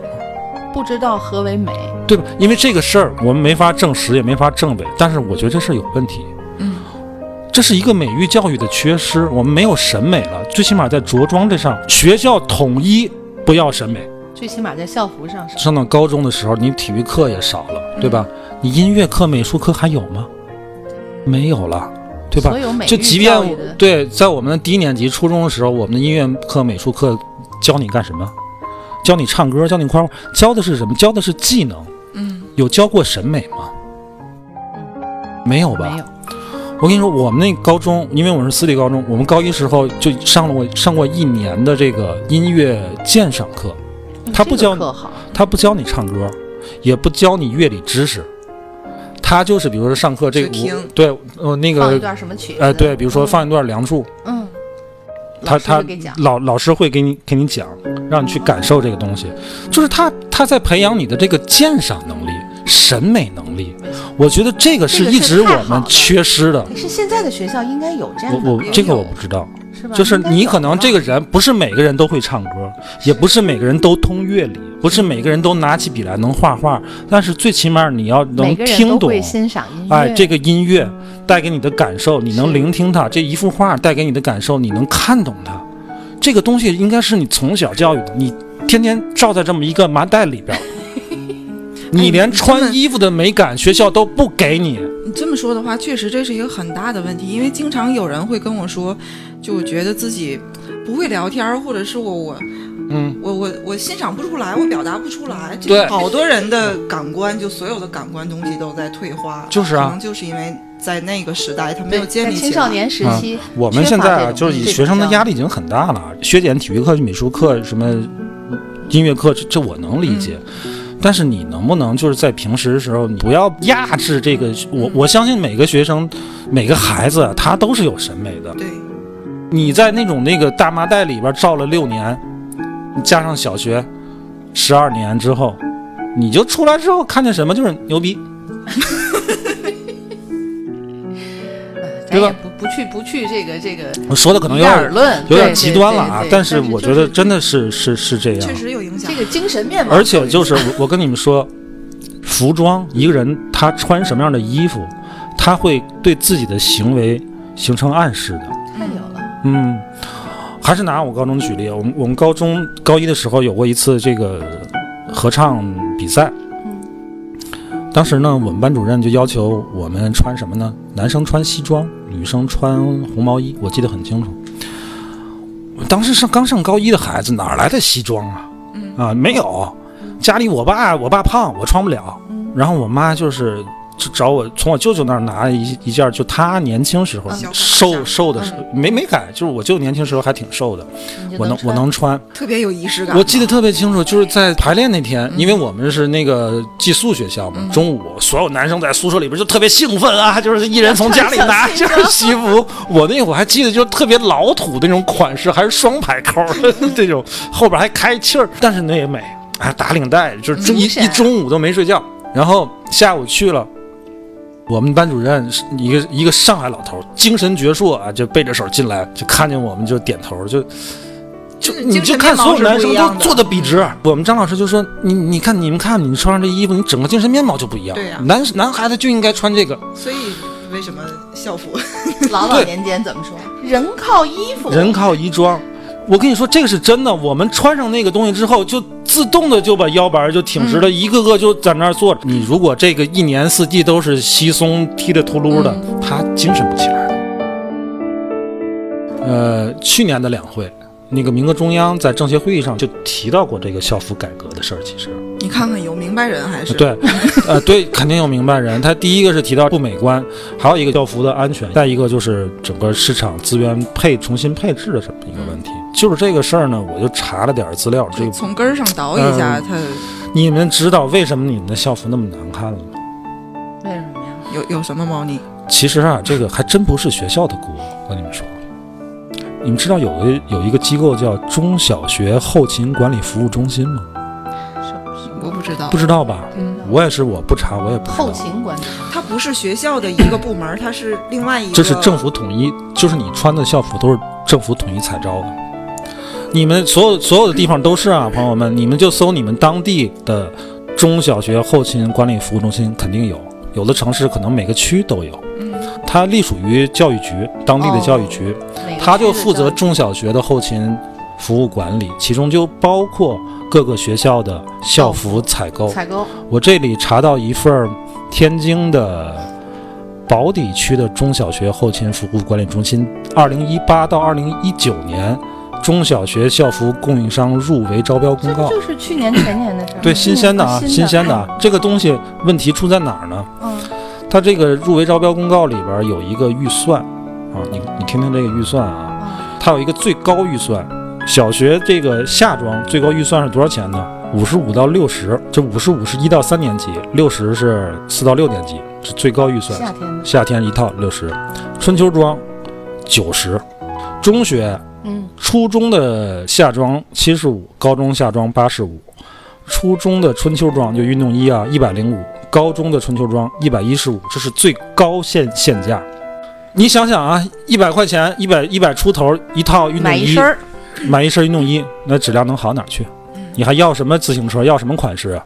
[SPEAKER 3] 不知道何为美，
[SPEAKER 1] 对吧？因为这个事儿我们没法证实，也没法证伪，但是我觉得这事儿有问题。
[SPEAKER 2] 嗯，
[SPEAKER 1] 这是一个美育教育的缺失，我们没有审美了，最起码在着装这上，学校统一不要审美。
[SPEAKER 3] 最起码在校服上是。
[SPEAKER 1] 上到高中的时候，你体育课也少了，对吧？你音乐课、美术课还有吗？没有了，对吧
[SPEAKER 3] 所？有美
[SPEAKER 1] 就
[SPEAKER 3] 育
[SPEAKER 1] 即
[SPEAKER 3] 教育
[SPEAKER 1] 便
[SPEAKER 3] 的
[SPEAKER 1] 对，在我们的低年级、初中的时候，我们的音乐课、美术课教你干什么？教你唱歌，教你夸，教的是什么？教的是技能。
[SPEAKER 2] 嗯，
[SPEAKER 1] 有教过审美吗？没有吧？
[SPEAKER 3] 没有，
[SPEAKER 1] 我跟你说，我们那高中，因为我是私立高中，我们高一时候就上了我上过一年的这个音乐鉴赏课，
[SPEAKER 3] 嗯
[SPEAKER 1] 他不
[SPEAKER 3] 这
[SPEAKER 1] 教
[SPEAKER 3] 个课好，
[SPEAKER 1] 他不教你唱歌，也不教你乐理知识，他就是比如说上课这个
[SPEAKER 2] 只听
[SPEAKER 1] 舞，对，呃，那
[SPEAKER 3] 放一
[SPEAKER 1] 个，
[SPEAKER 3] 段什么曲子？
[SPEAKER 1] 呃，对，比如说
[SPEAKER 3] 嗯，
[SPEAKER 1] 放一段《梁祝》，
[SPEAKER 3] 嗯，
[SPEAKER 1] 他
[SPEAKER 3] 老师
[SPEAKER 1] 他
[SPEAKER 3] 会给讲，
[SPEAKER 1] 老老师会给你给你讲，让你去感受这个东西，就是他他在培养你的这个鉴赏能力、审美能力，我觉得这个是一直我们缺失的。
[SPEAKER 3] 可是现在的学校应该有这样的
[SPEAKER 1] 我我
[SPEAKER 3] 内容
[SPEAKER 1] 这个我不知道，
[SPEAKER 3] 是吧？
[SPEAKER 1] 就是
[SPEAKER 3] 应该
[SPEAKER 1] 你
[SPEAKER 3] 有
[SPEAKER 1] 可能
[SPEAKER 3] 吧
[SPEAKER 1] 这个人不是每个人都会唱歌，也不是每个人都通乐理，不是每个人都拿起笔来能画画，但是最起码你要能
[SPEAKER 3] 每个人
[SPEAKER 1] 听
[SPEAKER 3] 都
[SPEAKER 1] 懂
[SPEAKER 3] 会，欣赏音乐，
[SPEAKER 1] 哎，这个音乐带给你的感受，你能聆听它；这一幅画带给你的感受，你能看懂它。这个东西应该是你从小教育的，你天天罩在这么一个麻袋里边
[SPEAKER 3] <laughs>
[SPEAKER 1] 儿，你
[SPEAKER 3] 哎
[SPEAKER 1] 连穿衣服的美感学校都不给你。
[SPEAKER 2] 你这么说的话，确实这是一个很大的问题，因为经常有人会跟我说，就我觉得自己不会聊天儿，或者是我我
[SPEAKER 1] 嗯，
[SPEAKER 2] 我我我欣赏不出来，我表达不出来，这个
[SPEAKER 1] 对
[SPEAKER 2] 好多人的感官，就所有的感官东西都在退化，
[SPEAKER 1] 就是啊
[SPEAKER 2] 可能就是因为在那个时代他没
[SPEAKER 3] 对
[SPEAKER 2] 有建
[SPEAKER 3] 在
[SPEAKER 2] 立起来
[SPEAKER 3] 青少年时
[SPEAKER 1] 嗯
[SPEAKER 3] 期，
[SPEAKER 1] 我们现在啊，就是以学生的压
[SPEAKER 3] 力，
[SPEAKER 1] 力已经很大了，削减体育课、美术课、什么音乐课，这这我能理解。
[SPEAKER 3] 嗯
[SPEAKER 1] 但是你能不能就是在平时的时候，你不要压制这个？我我相信每个学生、每个孩子，啊他都是有审美的。
[SPEAKER 2] 对，
[SPEAKER 1] 你在那种那个大麻袋里边照了六年，你加上小学十二年之后，你就出来之后看见什么就是牛逼，
[SPEAKER 3] 哎咱
[SPEAKER 1] 对吧
[SPEAKER 3] 也不不去不去这个这个
[SPEAKER 1] 我说的可能有
[SPEAKER 3] 掩耳
[SPEAKER 1] 点
[SPEAKER 3] 论，
[SPEAKER 1] 有点
[SPEAKER 3] 对
[SPEAKER 1] 极
[SPEAKER 3] 对
[SPEAKER 1] 端
[SPEAKER 3] 对
[SPEAKER 1] 了啊
[SPEAKER 3] 对，
[SPEAKER 1] 但是
[SPEAKER 3] 是
[SPEAKER 1] 我
[SPEAKER 3] 就
[SPEAKER 1] 觉得
[SPEAKER 3] 是
[SPEAKER 1] 真的是是是这样
[SPEAKER 2] 确。实有影响
[SPEAKER 3] 这。个精神面貌，
[SPEAKER 1] 而且就是我我跟你们说，服装一个人他穿什么样的衣服，他会对自己的行为形成暗示的。
[SPEAKER 3] 太有了，
[SPEAKER 1] 嗯，还是拿我高中举例，我们我们高中高一的时候有过一次这个合唱比赛。
[SPEAKER 2] 嗯
[SPEAKER 1] 当时呢，我们班主任就要求我们穿什么呢？男生穿西装，女生穿红毛衣，我记得很清楚。我当时上刚上高一的孩子哪来的西装啊？
[SPEAKER 2] 嗯
[SPEAKER 1] 啊，没有，家里我爸我爸胖，我穿不了。
[SPEAKER 2] 嗯
[SPEAKER 1] 然后我妈就是就找我从我舅舅那儿拿一一件，就他年轻时候
[SPEAKER 2] 嗯小款
[SPEAKER 1] 瘦
[SPEAKER 2] 衫
[SPEAKER 1] 瘦的时候没没改，就是我舅年轻时候还挺瘦的，
[SPEAKER 3] 你就
[SPEAKER 1] 我能我
[SPEAKER 3] 穿
[SPEAKER 1] 能穿。
[SPEAKER 2] 特别有仪式感。
[SPEAKER 1] 我记得特别清楚，就是在排练那天，因为我们是那个寄宿学校嘛，中午所有男生在宿舍里边就特别兴奋啊，就是一人从家里拿
[SPEAKER 3] 小
[SPEAKER 1] 就
[SPEAKER 3] 心
[SPEAKER 1] 是西服。我那会儿还记得，就是特别老土的那种款式，还是双排扣的 <laughs> 这种，后边还开气儿，但是那也美，还打领带，就是中一
[SPEAKER 3] 精神
[SPEAKER 1] 一中午都没睡觉。然后下午去了。我们班主任是一个一个上海老头，精神矍铄啊，就背着手进来，就看见我们就点头，就就
[SPEAKER 2] 精
[SPEAKER 1] 你就
[SPEAKER 2] 神
[SPEAKER 1] 看
[SPEAKER 2] 面貌
[SPEAKER 1] 所有
[SPEAKER 2] 是
[SPEAKER 1] 男
[SPEAKER 2] 不
[SPEAKER 1] 生
[SPEAKER 2] 一
[SPEAKER 1] 都
[SPEAKER 2] 样的
[SPEAKER 1] 做的笔直。我们张老师就说：“你你看你们看你穿上这衣服，你整个精神面貌就不一样。
[SPEAKER 2] 对呀
[SPEAKER 1] 男男孩子就应该穿这个，
[SPEAKER 2] 所以为什么校服？
[SPEAKER 3] <laughs>
[SPEAKER 2] <laughs>
[SPEAKER 3] 老老年间怎么说？人靠衣服，
[SPEAKER 1] 人靠衣装。”我跟你说，这个是真的。我们穿上那个东西之后，就自动的就把腰板儿就挺直了，一个个就在那儿坐着。嗯你如果这个一年四季都是稀松踢着秃噜的，他精神不起来。呃，去年的两会，那个民革中央在政协会议上就提到过这个校服改革的事儿，其实。
[SPEAKER 2] 你看看有明白人还是？
[SPEAKER 1] 对，呃，对，肯定有明白人。他第一个是提到不美观，还有一个校服的安全，再一个就是整个市场资源配重新配置的这么一个问题。就是这个事儿呢，我就查了点儿资料。这
[SPEAKER 2] 就
[SPEAKER 1] 个，
[SPEAKER 2] 从根儿上倒一下，
[SPEAKER 1] 嗯
[SPEAKER 2] 它
[SPEAKER 1] 你们知道为什么你们的校服那么难看了吗？
[SPEAKER 3] 为什么呀？
[SPEAKER 2] 有有什么猫腻？
[SPEAKER 1] 其实啊，这个还真不是学校的锅。我跟你们说，你们知道有个有一个机构叫中小学后勤管理服务中心吗？
[SPEAKER 3] 什么什
[SPEAKER 2] 我
[SPEAKER 3] 么
[SPEAKER 2] 不知道
[SPEAKER 1] 不。知道吧？
[SPEAKER 2] 嗯，
[SPEAKER 1] 我也是，我不查，我也不知道。
[SPEAKER 3] 后勤管理？
[SPEAKER 2] 它不是学校的一个部门儿，它是另外一个。
[SPEAKER 1] 这是政府统一，就是你穿的校服都是政府统一采招的。你们所有所有的地方都是啊，朋友们，你们就搜你们当地的中小学后勤管理服务中心，肯定有。有的城市可能每个区都有，它隶属于教育局，当地的教育局，
[SPEAKER 3] 每个
[SPEAKER 1] 它就
[SPEAKER 3] 区的
[SPEAKER 1] 负责
[SPEAKER 3] 教
[SPEAKER 1] 中小学的后勤服务管理，其中就包括各个学校的校服采购。
[SPEAKER 3] 采购
[SPEAKER 1] 我这里查到一份儿天津的宝坻区的中小学后勤服务管理中心，二零一八到二零一九年中小学校服供应商入围招标公
[SPEAKER 3] 这不
[SPEAKER 1] 告。
[SPEAKER 3] 就是去年前年的事儿吗。
[SPEAKER 1] 对，新鲜的啊，
[SPEAKER 3] 嗯
[SPEAKER 1] 新鲜的。 <laughs> 啊，这个东西问题出在哪儿呢？
[SPEAKER 3] 嗯，
[SPEAKER 1] 它这个入围招标公告里边儿有一个预算啊，你你听听这个预算啊，
[SPEAKER 3] 嗯
[SPEAKER 1] 它有一个最高预算，小学这个夏装最高预算是多少钱呢？五十五到六十，这五十五是一到三年级，六十是四到六年级，是最高预算。
[SPEAKER 3] 夏天的，
[SPEAKER 1] 夏天一套六十，春秋装九十，中学、
[SPEAKER 3] 嗯，
[SPEAKER 1] 初中的夏装七十五，高中夏装八十五，初中的春秋装就运动衣啊一百零五，高中的春秋装一百一十五，这是最高限限价。你想想啊，一百块钱，一百一百出头一套运动
[SPEAKER 3] 嗯买一
[SPEAKER 1] 衣
[SPEAKER 3] 身，儿，
[SPEAKER 1] 买一身运动衣，那质量能好哪儿去？
[SPEAKER 2] 嗯
[SPEAKER 1] 你还要什么自行车？要什么款式啊？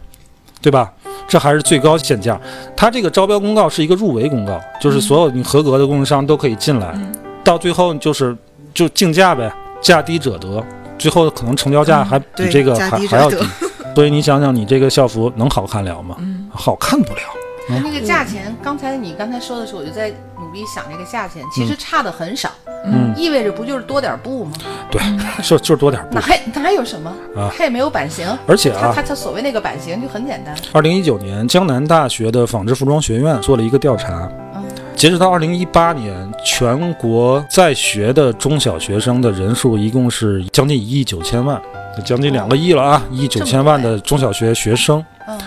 [SPEAKER 1] 对吧？这还是最高限价。它这个招标公告是一个入围公告，就是所有你合格的供应商都可以进来，
[SPEAKER 2] 嗯
[SPEAKER 1] 到最后就是就竞价呗，价低者得。最后可能成交价还比
[SPEAKER 2] 嗯对
[SPEAKER 1] 这个
[SPEAKER 2] 价
[SPEAKER 1] 还、
[SPEAKER 2] 低
[SPEAKER 1] 还要低
[SPEAKER 2] 者得，
[SPEAKER 1] 所以你想想，你这个校服能好看了吗？
[SPEAKER 2] 嗯，
[SPEAKER 1] 好看不了。嗯
[SPEAKER 3] 那个价钱，刚才你刚才说的时候，我就在努力想这个价钱，其实差的很少，
[SPEAKER 1] 嗯，
[SPEAKER 3] 意味着不就是多点儿布吗？
[SPEAKER 1] 对，
[SPEAKER 2] 嗯
[SPEAKER 1] 就就是多点布
[SPEAKER 3] 哪。还哪有什么
[SPEAKER 1] 啊？
[SPEAKER 3] 它也没有版型，
[SPEAKER 1] 而且
[SPEAKER 3] 它
[SPEAKER 1] 啊
[SPEAKER 3] 它，它所谓那个版型就很简单，
[SPEAKER 1] 二零一九年，江南大学的纺织服装学院做了一个调查
[SPEAKER 3] 嗯，
[SPEAKER 1] 截止到二零一八年，全国在学的中小学生的人数一共是将近一亿九千万，将近两个亿了啊，一亿九千万的中小学学生。
[SPEAKER 3] 嗯，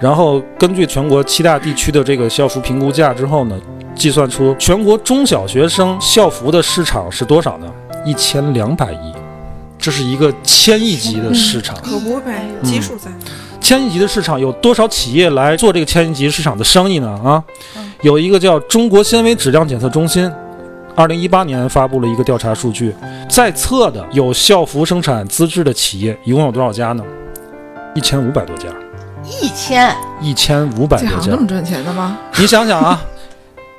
[SPEAKER 1] 然后根据全国七大地区的这个校服评估价之后呢，计算出全国中小学生校服的市场是多少呢？一千两百亿，这是一个千亿级的市场。
[SPEAKER 2] 可不呗，基数在。
[SPEAKER 1] 嗯千亿级的市场有多少企业来做这个千亿级市场的生意呢？啊
[SPEAKER 3] 嗯，
[SPEAKER 1] 有一个叫中国纤维质量检测中心，二零一八年发布了一个调查数据，在册的有校服生产资质的企业一共有多少家呢？一千五百多家，
[SPEAKER 3] 一千
[SPEAKER 1] 一千五百
[SPEAKER 2] 这
[SPEAKER 1] 多家
[SPEAKER 2] 行这。么赚钱的吗？
[SPEAKER 1] 你想想
[SPEAKER 3] <laughs>
[SPEAKER 1] 啊，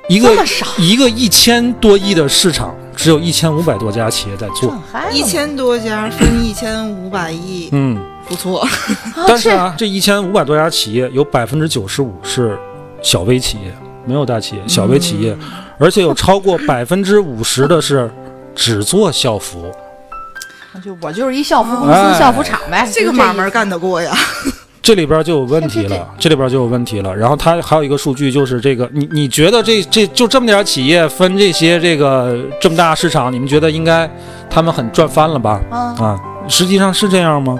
[SPEAKER 1] 一
[SPEAKER 3] 这
[SPEAKER 1] 个
[SPEAKER 3] 么少，
[SPEAKER 1] 一个一千多亿的市场，只有一千五百多家企业在做。
[SPEAKER 3] 这还
[SPEAKER 2] 一千多家分一千五百亿，
[SPEAKER 1] 嗯，
[SPEAKER 2] 不错。
[SPEAKER 3] 哦
[SPEAKER 1] 但是啊，这一千五百多家企业有百分之九十五是小微企业，没有大企业，小微企业，而且有超过百分之五十的是只做校服。
[SPEAKER 3] 这就我就是一校服公司
[SPEAKER 1] 哎
[SPEAKER 3] 校服厂呗，
[SPEAKER 2] <laughs> 这个
[SPEAKER 3] 就意思
[SPEAKER 2] 买卖干得过呀？ <laughs>
[SPEAKER 1] 这里边就有问题了，这里边就有问题了。然后它还有一个数据，就是这个，你你觉得这这就这么点企业分这些这个这么大市场，你们觉得应该他们很赚翻了吧？
[SPEAKER 3] 啊，
[SPEAKER 1] 啊，实际上是这样吗？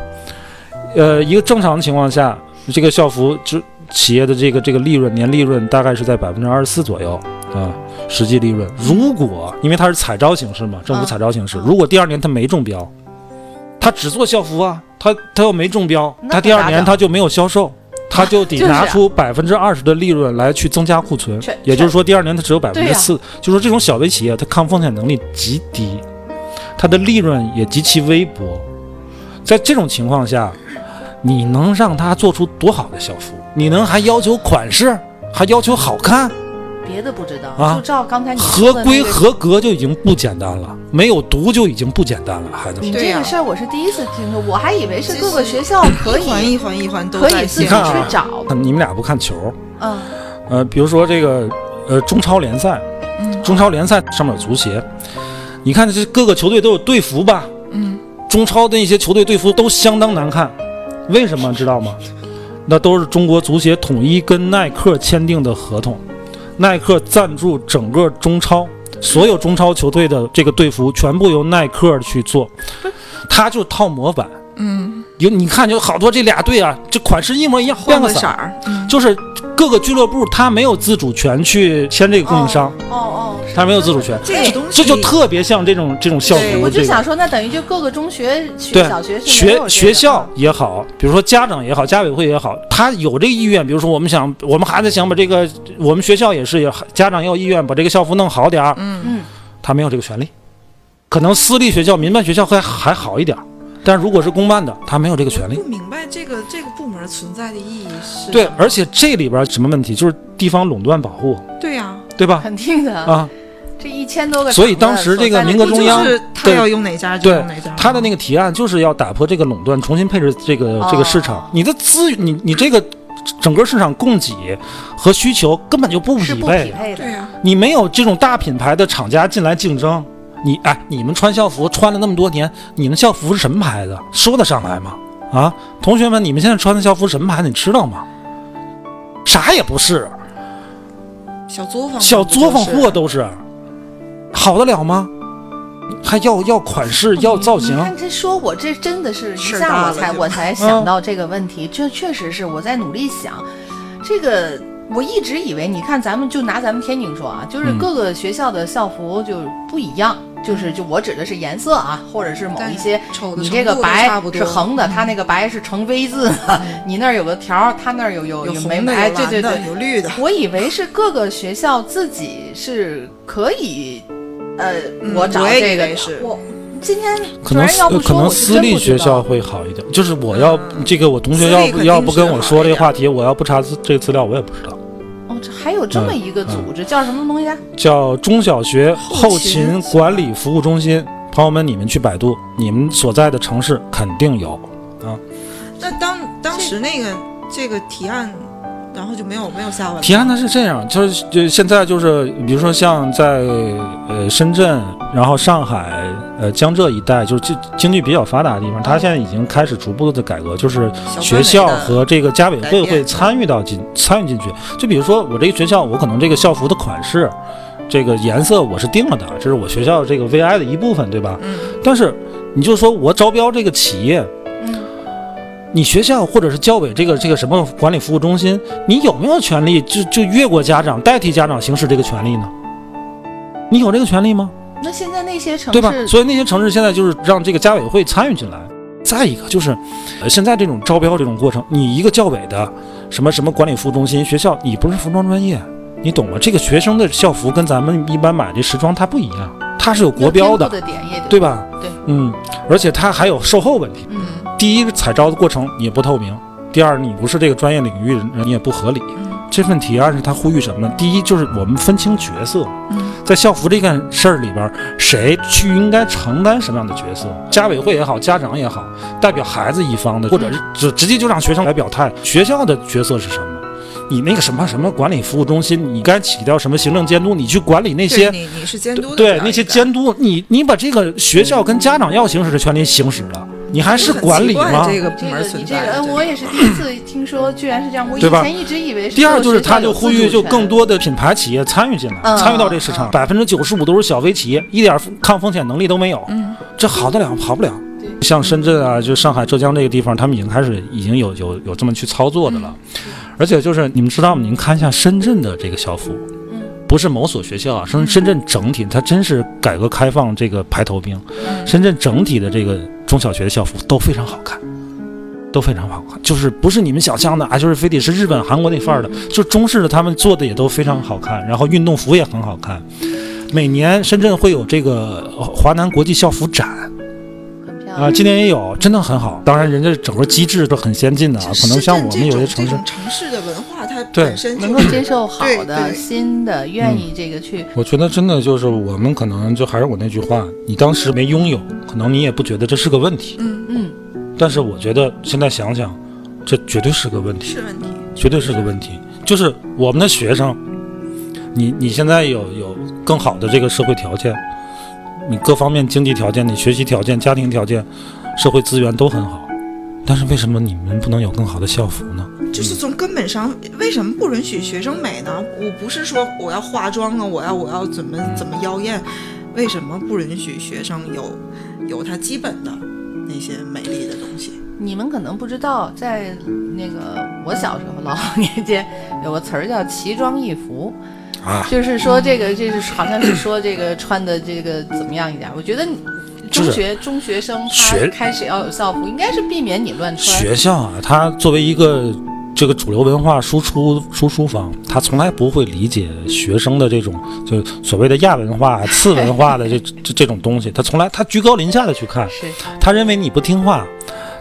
[SPEAKER 1] 呃，一个正常情况下，这个校服就企业的这个这个利润年利润大概是在百分之二十四左右啊，实际利润。
[SPEAKER 3] 嗯
[SPEAKER 1] 如果因为它是采招形式嘛，政府
[SPEAKER 3] 啊
[SPEAKER 1] 采招形式，
[SPEAKER 3] 啊
[SPEAKER 1] 如果第二年它没中标，它只做校服啊，它它又没中标，
[SPEAKER 3] 那
[SPEAKER 1] 它
[SPEAKER 3] 可
[SPEAKER 1] 第二
[SPEAKER 3] 咋
[SPEAKER 1] 年
[SPEAKER 3] 整
[SPEAKER 1] 它就没有销售。它就得
[SPEAKER 3] <laughs> 就是啊
[SPEAKER 1] 拿出百分之二十的利润来去增加库存
[SPEAKER 3] 全，
[SPEAKER 1] 也就是说第二年它只有百分
[SPEAKER 3] 对
[SPEAKER 1] 之
[SPEAKER 3] 呀
[SPEAKER 1] 啊四，就说这种小微企业它抗风险能力极低，它的利润也极其微薄。在这种情况下，你能让他做出多好的校服？你能还要求款式，还要求好看？
[SPEAKER 3] 别的不知道，
[SPEAKER 1] 啊
[SPEAKER 3] 就照刚哎才你
[SPEAKER 1] 合
[SPEAKER 3] 说的
[SPEAKER 1] 规
[SPEAKER 3] 那个
[SPEAKER 1] 合格就已经不简单了，没有毒就已经不简单了，孩子们
[SPEAKER 3] 你。
[SPEAKER 2] 对
[SPEAKER 3] 这
[SPEAKER 2] 呀
[SPEAKER 3] 个事儿我是第一次听说，我还以为是各个
[SPEAKER 2] 其实
[SPEAKER 3] 学校可
[SPEAKER 2] 一环
[SPEAKER 3] 以
[SPEAKER 2] 一环一环都
[SPEAKER 3] 可
[SPEAKER 2] 在
[SPEAKER 3] 以自
[SPEAKER 2] 线
[SPEAKER 3] 己
[SPEAKER 1] 你看啊
[SPEAKER 3] 去找，
[SPEAKER 1] 你们俩不看球，
[SPEAKER 3] 嗯，
[SPEAKER 1] 呃，比如说这个，呃，中超联赛，
[SPEAKER 2] 嗯
[SPEAKER 1] 中超联赛上面有足协，你看这各个球队都有队服吧？
[SPEAKER 2] 嗯，
[SPEAKER 1] 中超的一些球队队服都相当难看，为什么知道吗？那都是中国足协统一跟耐克签订的合同，耐克赞助整个中超，所有中超球队的这个队服全部由耐克去做，他就套模板。
[SPEAKER 2] 嗯，
[SPEAKER 1] 有你看，就好多这俩队啊，这款式一模一样，
[SPEAKER 2] 换
[SPEAKER 1] 个
[SPEAKER 2] 个
[SPEAKER 1] 色
[SPEAKER 2] 色
[SPEAKER 1] 儿，
[SPEAKER 2] 儿，
[SPEAKER 1] 就是各个俱乐部他没有自主权去签这个供应商，
[SPEAKER 3] 哦哦，哦
[SPEAKER 1] 他没有自主权，
[SPEAKER 2] 这个东
[SPEAKER 1] 哎
[SPEAKER 2] 西
[SPEAKER 1] 这就特别像这种这种校
[SPEAKER 2] 对
[SPEAKER 1] 服
[SPEAKER 3] 我就
[SPEAKER 1] 这个
[SPEAKER 3] 想。说，那等于就各个中学、学
[SPEAKER 1] 对
[SPEAKER 3] 小学是没
[SPEAKER 1] 学
[SPEAKER 3] 有这个
[SPEAKER 1] 学校也好，比如说家长也好，家委会也好，他有这个意愿。比如说，我们想，我们孩子想把这个，我们学校也是，也家长也有意愿把这个校服弄好点儿，
[SPEAKER 2] 嗯，
[SPEAKER 3] 嗯，
[SPEAKER 1] 他没有这个权利。可能私立学校、民办学校还还好一点儿，但如果是公办的，他没有这个权利
[SPEAKER 2] 不。明白这个这个部门存在的意义是
[SPEAKER 1] 对
[SPEAKER 2] 什，么
[SPEAKER 1] 而且这里边儿什么问题，就是地方垄断保护，
[SPEAKER 2] 对呀，
[SPEAKER 1] 对吧？
[SPEAKER 3] 肯定的，
[SPEAKER 1] 啊，
[SPEAKER 3] 这一千多个厂子
[SPEAKER 1] 所
[SPEAKER 3] 所
[SPEAKER 1] 以
[SPEAKER 3] 在的地方，
[SPEAKER 1] 当时这个民革
[SPEAKER 2] 不
[SPEAKER 1] 中央
[SPEAKER 2] 就是他
[SPEAKER 1] 对
[SPEAKER 2] 要用哪家就
[SPEAKER 1] 对
[SPEAKER 2] 用哪家，
[SPEAKER 1] 他的那个提案就是要打破这个垄断，重新配置这个、
[SPEAKER 3] 哦
[SPEAKER 1] 这个市场。你的资，你你这个整个市场供给和需求根本就不
[SPEAKER 3] 是
[SPEAKER 1] 匹
[SPEAKER 3] 不匹
[SPEAKER 1] 配，
[SPEAKER 3] 配
[SPEAKER 2] 对
[SPEAKER 3] 的，
[SPEAKER 2] 呀，
[SPEAKER 1] 你没有这种大品牌的厂家进来竞争。你哎，你们穿校服穿了那么多年，你们校服是什么牌子？说得上来吗？啊，同学们，你们现在穿的校服什么牌子？你知道吗？啥也不是。
[SPEAKER 2] 小作坊
[SPEAKER 1] 小作坊货
[SPEAKER 2] 货
[SPEAKER 1] 都是，好得了吗？还要要款式，要造
[SPEAKER 3] 你
[SPEAKER 1] 型，
[SPEAKER 3] 看这说我这真的是一
[SPEAKER 2] 事儿大了
[SPEAKER 3] 下我才
[SPEAKER 2] 就
[SPEAKER 3] 我才想到这个问题，这确实是我在努力想，这个我一直以为，你看咱们就拿咱们天津说啊，就是
[SPEAKER 1] 嗯
[SPEAKER 3] 各个学校的校服就不一样，就是就我指的是颜色啊，或者是某
[SPEAKER 2] 但
[SPEAKER 3] 一些
[SPEAKER 2] 丑的
[SPEAKER 3] 你
[SPEAKER 2] 程
[SPEAKER 3] 这个
[SPEAKER 2] 度都
[SPEAKER 3] 白
[SPEAKER 2] 差不多嗯
[SPEAKER 3] 是横的，他那个白是成 V 字的，你那儿有个条儿，他那儿有有
[SPEAKER 2] 有
[SPEAKER 3] 没
[SPEAKER 2] 红的，
[SPEAKER 3] 白，
[SPEAKER 2] 有
[SPEAKER 3] 对对
[SPEAKER 2] 蓝的
[SPEAKER 3] 对，，
[SPEAKER 2] 有绿的，
[SPEAKER 3] 我以为是各个学校自己是可以，呃，
[SPEAKER 2] 嗯
[SPEAKER 3] 我找
[SPEAKER 2] 我也以
[SPEAKER 3] 这个
[SPEAKER 2] 为是
[SPEAKER 3] 我今天
[SPEAKER 1] 可能呃
[SPEAKER 3] 主任要不
[SPEAKER 1] 可
[SPEAKER 3] 说
[SPEAKER 1] 能
[SPEAKER 3] 我是
[SPEAKER 1] 私
[SPEAKER 3] 真
[SPEAKER 1] 立
[SPEAKER 3] 不
[SPEAKER 1] 学
[SPEAKER 3] 知
[SPEAKER 1] 校
[SPEAKER 3] 道。
[SPEAKER 1] 会好一点。就是我要
[SPEAKER 2] 嗯
[SPEAKER 1] 这个，我同学
[SPEAKER 2] 私立
[SPEAKER 1] 要
[SPEAKER 2] 肯
[SPEAKER 1] 不
[SPEAKER 2] 定
[SPEAKER 1] 要不跟
[SPEAKER 2] 是
[SPEAKER 1] 我
[SPEAKER 2] 好
[SPEAKER 1] 说
[SPEAKER 2] 一
[SPEAKER 1] 这个
[SPEAKER 2] 点
[SPEAKER 1] 话题，我要不查资这个资料，我也不知道。
[SPEAKER 3] 哦，这还有这么一个
[SPEAKER 1] 嗯
[SPEAKER 3] 组织，叫什么东西啊？
[SPEAKER 1] 叫中小学后勤
[SPEAKER 2] 勤
[SPEAKER 1] 管理服务中心，朋友们，你们去百度，你们所在的城市肯定有。
[SPEAKER 2] 那当当时那个这个提案，然后就没有没有下文了。
[SPEAKER 1] 提案它是这样，就是就现在就是，比如说像在呃深圳，然后上海、呃江浙一带，就是经经济比较发达的地方，它现在已经开始逐步的改革，就是
[SPEAKER 2] 嗯小范
[SPEAKER 1] 学
[SPEAKER 2] 围
[SPEAKER 1] 校
[SPEAKER 2] 的
[SPEAKER 1] 和这个家委
[SPEAKER 2] 改
[SPEAKER 1] 会
[SPEAKER 2] 变
[SPEAKER 1] 会参与到进参与进去。就比如说我这个学校，我可能这个校服的款式。这个颜色我是定了的，这是我学校这个 VI 的一部分，对吧？
[SPEAKER 2] 嗯。
[SPEAKER 1] 但是你就说我招标这个企业，
[SPEAKER 3] 嗯，
[SPEAKER 1] 你学校或者是教委这个这个什么管理服务中心，你有没有权利就就越过家长代替家长行使这个权利呢？你有这个权利吗？
[SPEAKER 3] 那现在那些城
[SPEAKER 1] 对吧？
[SPEAKER 3] 市，
[SPEAKER 1] 所以那些城市现在就是让这个家委会参与进来。再一个就是，呃现在这种招标这种过程，你一个教委的什么什么管理服务中心学校，你不是服装专业，你懂吗？这个学生的校服跟咱们一般买的时装它不一样，它是有国标
[SPEAKER 3] 的
[SPEAKER 1] 的，
[SPEAKER 3] 的点也得
[SPEAKER 1] 对吧？
[SPEAKER 3] 对，
[SPEAKER 1] 嗯，而且它还有售后问题。
[SPEAKER 3] 嗯
[SPEAKER 1] 第一个采招的过程你也不透明，第二你不是这个专业领域人，你也不合理。
[SPEAKER 2] 嗯
[SPEAKER 1] 这份提案是他呼吁什么呢？第一就是我们分清角色，
[SPEAKER 2] 嗯
[SPEAKER 1] 在校服这件事儿里边，谁去应该承担什么样的角色？家委会也好，家长也好，代表孩子一方的，或者是直直接就让学生来表态，学校的角色是什么？你那个什么什么管理服务中心，你该起到什么行政监督？你去管理那
[SPEAKER 2] 就是
[SPEAKER 1] 些
[SPEAKER 2] 你你是监督的
[SPEAKER 1] 对
[SPEAKER 2] 这样
[SPEAKER 1] 那些
[SPEAKER 2] 一个
[SPEAKER 1] 监督，你你把这个学校跟家长要行使的权利行使了，你还是
[SPEAKER 2] 很
[SPEAKER 1] 管
[SPEAKER 2] 奇
[SPEAKER 1] 理
[SPEAKER 2] 怪
[SPEAKER 1] 吗？
[SPEAKER 2] 这个部
[SPEAKER 3] 这
[SPEAKER 2] 门
[SPEAKER 3] 个
[SPEAKER 2] 存
[SPEAKER 3] 你这个，
[SPEAKER 2] 在的
[SPEAKER 3] 嗯，
[SPEAKER 2] 这
[SPEAKER 3] 我
[SPEAKER 2] 个
[SPEAKER 3] 也是第一次听说，居然是这样。我以
[SPEAKER 1] 对吧
[SPEAKER 3] 前一直以为是
[SPEAKER 1] 第二
[SPEAKER 3] 所
[SPEAKER 1] 就
[SPEAKER 3] 有
[SPEAKER 1] 是
[SPEAKER 3] 学校
[SPEAKER 1] 他就
[SPEAKER 3] 有
[SPEAKER 1] 呼
[SPEAKER 3] 自
[SPEAKER 1] 吁
[SPEAKER 3] 主
[SPEAKER 1] 就
[SPEAKER 3] 权
[SPEAKER 1] 更多的品牌企业参与进来，
[SPEAKER 3] 嗯
[SPEAKER 1] 参与到这市场，
[SPEAKER 3] 嗯
[SPEAKER 1] 百分之九十五都是小微企业，一点抗风险能力都没有，
[SPEAKER 2] 嗯
[SPEAKER 1] 这好得了好不了
[SPEAKER 3] 对。
[SPEAKER 1] 像深圳啊，就上海、浙江这个地方，他们已经开始已经有有有这么去操作的了，
[SPEAKER 3] 嗯
[SPEAKER 1] 而且就是你们知道吗？你们看一下深圳的这个校服，
[SPEAKER 3] 嗯
[SPEAKER 1] 不是某所学校啊，深深圳整体它真是改革开放这个排头兵，
[SPEAKER 3] 嗯
[SPEAKER 1] 深圳整体的这个中小学的校服都非常好看，都非常好看，就是不是你们想象的啊，就是非得是日本、韩国那范儿的，就中式的他们做的也都非常好看，然后运动服也很好看，每年深圳会有这个呃华南国际校服展
[SPEAKER 3] 很漂
[SPEAKER 1] 啊、
[SPEAKER 2] 嗯
[SPEAKER 3] 亮。
[SPEAKER 1] 今年也有，真的很好。当然，人家整个机制都很先进的啊，可能像我们有些城
[SPEAKER 2] 这
[SPEAKER 1] 市
[SPEAKER 2] 种，城市的文化，它
[SPEAKER 1] 对
[SPEAKER 2] 本身就
[SPEAKER 3] 能够接受好
[SPEAKER 2] 对
[SPEAKER 3] 的、
[SPEAKER 2] 对
[SPEAKER 3] 新的、愿意这个去，
[SPEAKER 1] 我觉得真的就是我们可能就还是我那句话，你当时没拥有，可能你也不觉得这是个问题，
[SPEAKER 2] 嗯
[SPEAKER 3] 嗯，
[SPEAKER 1] 但是我觉得现在想想，这绝对是个问题。
[SPEAKER 2] 是问题。
[SPEAKER 1] 绝对是个问题。就是我们的学生，你你现在有有更好的这个社会条件，你各方面经济条件、你学习条件、家庭条件、社会资源都很好，但是为什么你们不能有更好的校服呢？
[SPEAKER 2] 就是从根本上，为什么不允许学生美呢？我不是说我要化妆啊，我要我要怎么怎么妖艳，为什么不允许学生有有他基本的那些美丽的东西？
[SPEAKER 3] 你们可能不知道，在那个我小时候老好年间 <laughs> 有个词儿叫“奇装异服”，
[SPEAKER 1] 啊，
[SPEAKER 3] 就是说这个这是好像是说这个穿的这个怎么样一点儿。我觉得你
[SPEAKER 1] 就
[SPEAKER 3] 中
[SPEAKER 1] 是
[SPEAKER 3] 学中学生他
[SPEAKER 1] 学
[SPEAKER 3] 开始要有校服，应该是避免你乱穿。
[SPEAKER 1] 学校啊，它作为一个这个主流文化输出输出方，它从来不会理解学生的这种就所谓的亚文化、啊次文化的这这这种东西，它从来它居高临下的去看。
[SPEAKER 3] 是
[SPEAKER 1] 他认为你不听话，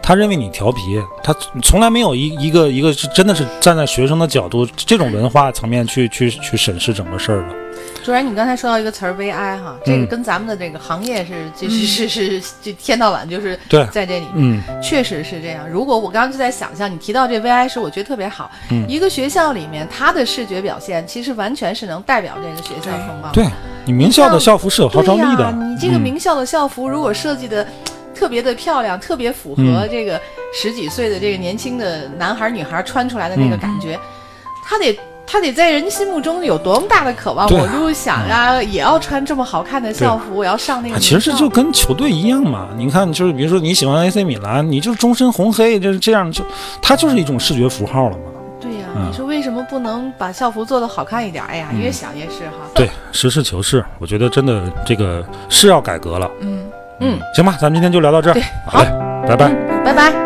[SPEAKER 1] 他认为你调皮，他从来没有一一个一个是真的是站在学生的角度这种文化层面去去去审视整个事儿的。
[SPEAKER 3] 卓然，你刚才说到一个词儿 “VI” 哈，这个
[SPEAKER 1] 嗯
[SPEAKER 3] 跟咱们的这个行业是就是是是是就天到晚就是
[SPEAKER 1] 对
[SPEAKER 3] 在这里面。
[SPEAKER 1] 嗯，
[SPEAKER 3] 确实是这样。如果我刚刚就在想象，你提到这 VI 时，我觉得特别好。
[SPEAKER 1] 嗯
[SPEAKER 3] 一个学校里面，它的视觉表现其实完全是能代表这个学校风貌。
[SPEAKER 1] 对你名校的校服是有号召
[SPEAKER 3] 对呀，
[SPEAKER 1] 力的。
[SPEAKER 3] 你这个
[SPEAKER 1] 嗯
[SPEAKER 3] 名校的校服如果设计的特别的漂亮，特别符
[SPEAKER 1] 嗯
[SPEAKER 3] 合这个十几岁的这个年轻的男孩儿女孩儿穿出来的那
[SPEAKER 1] 嗯
[SPEAKER 3] 个感觉，他得。他得在人心目中有多么大的渴望？
[SPEAKER 1] 对啊
[SPEAKER 3] 我如果想啊，也要穿这么好看的校服，我要上那个
[SPEAKER 1] 啊，
[SPEAKER 3] 名
[SPEAKER 1] 其
[SPEAKER 3] 校。
[SPEAKER 1] 实这就跟球队一样嘛。你看，就是比如说你喜欢 AC 米兰，你就是终身红黑，就是这样，就它就是一种视觉符号了嘛。
[SPEAKER 3] 对呀、
[SPEAKER 1] 嗯
[SPEAKER 3] 你说为什么不能把校服做得好看一点？哎呀，越想越是哈。
[SPEAKER 1] 对，实事求是，我觉得真的这个是要改革了。
[SPEAKER 2] 嗯。
[SPEAKER 3] 嗯，
[SPEAKER 1] 行吧，咱们今天就聊到这儿
[SPEAKER 3] 对，嗯
[SPEAKER 1] 好嘞，拜拜。
[SPEAKER 3] 拜拜。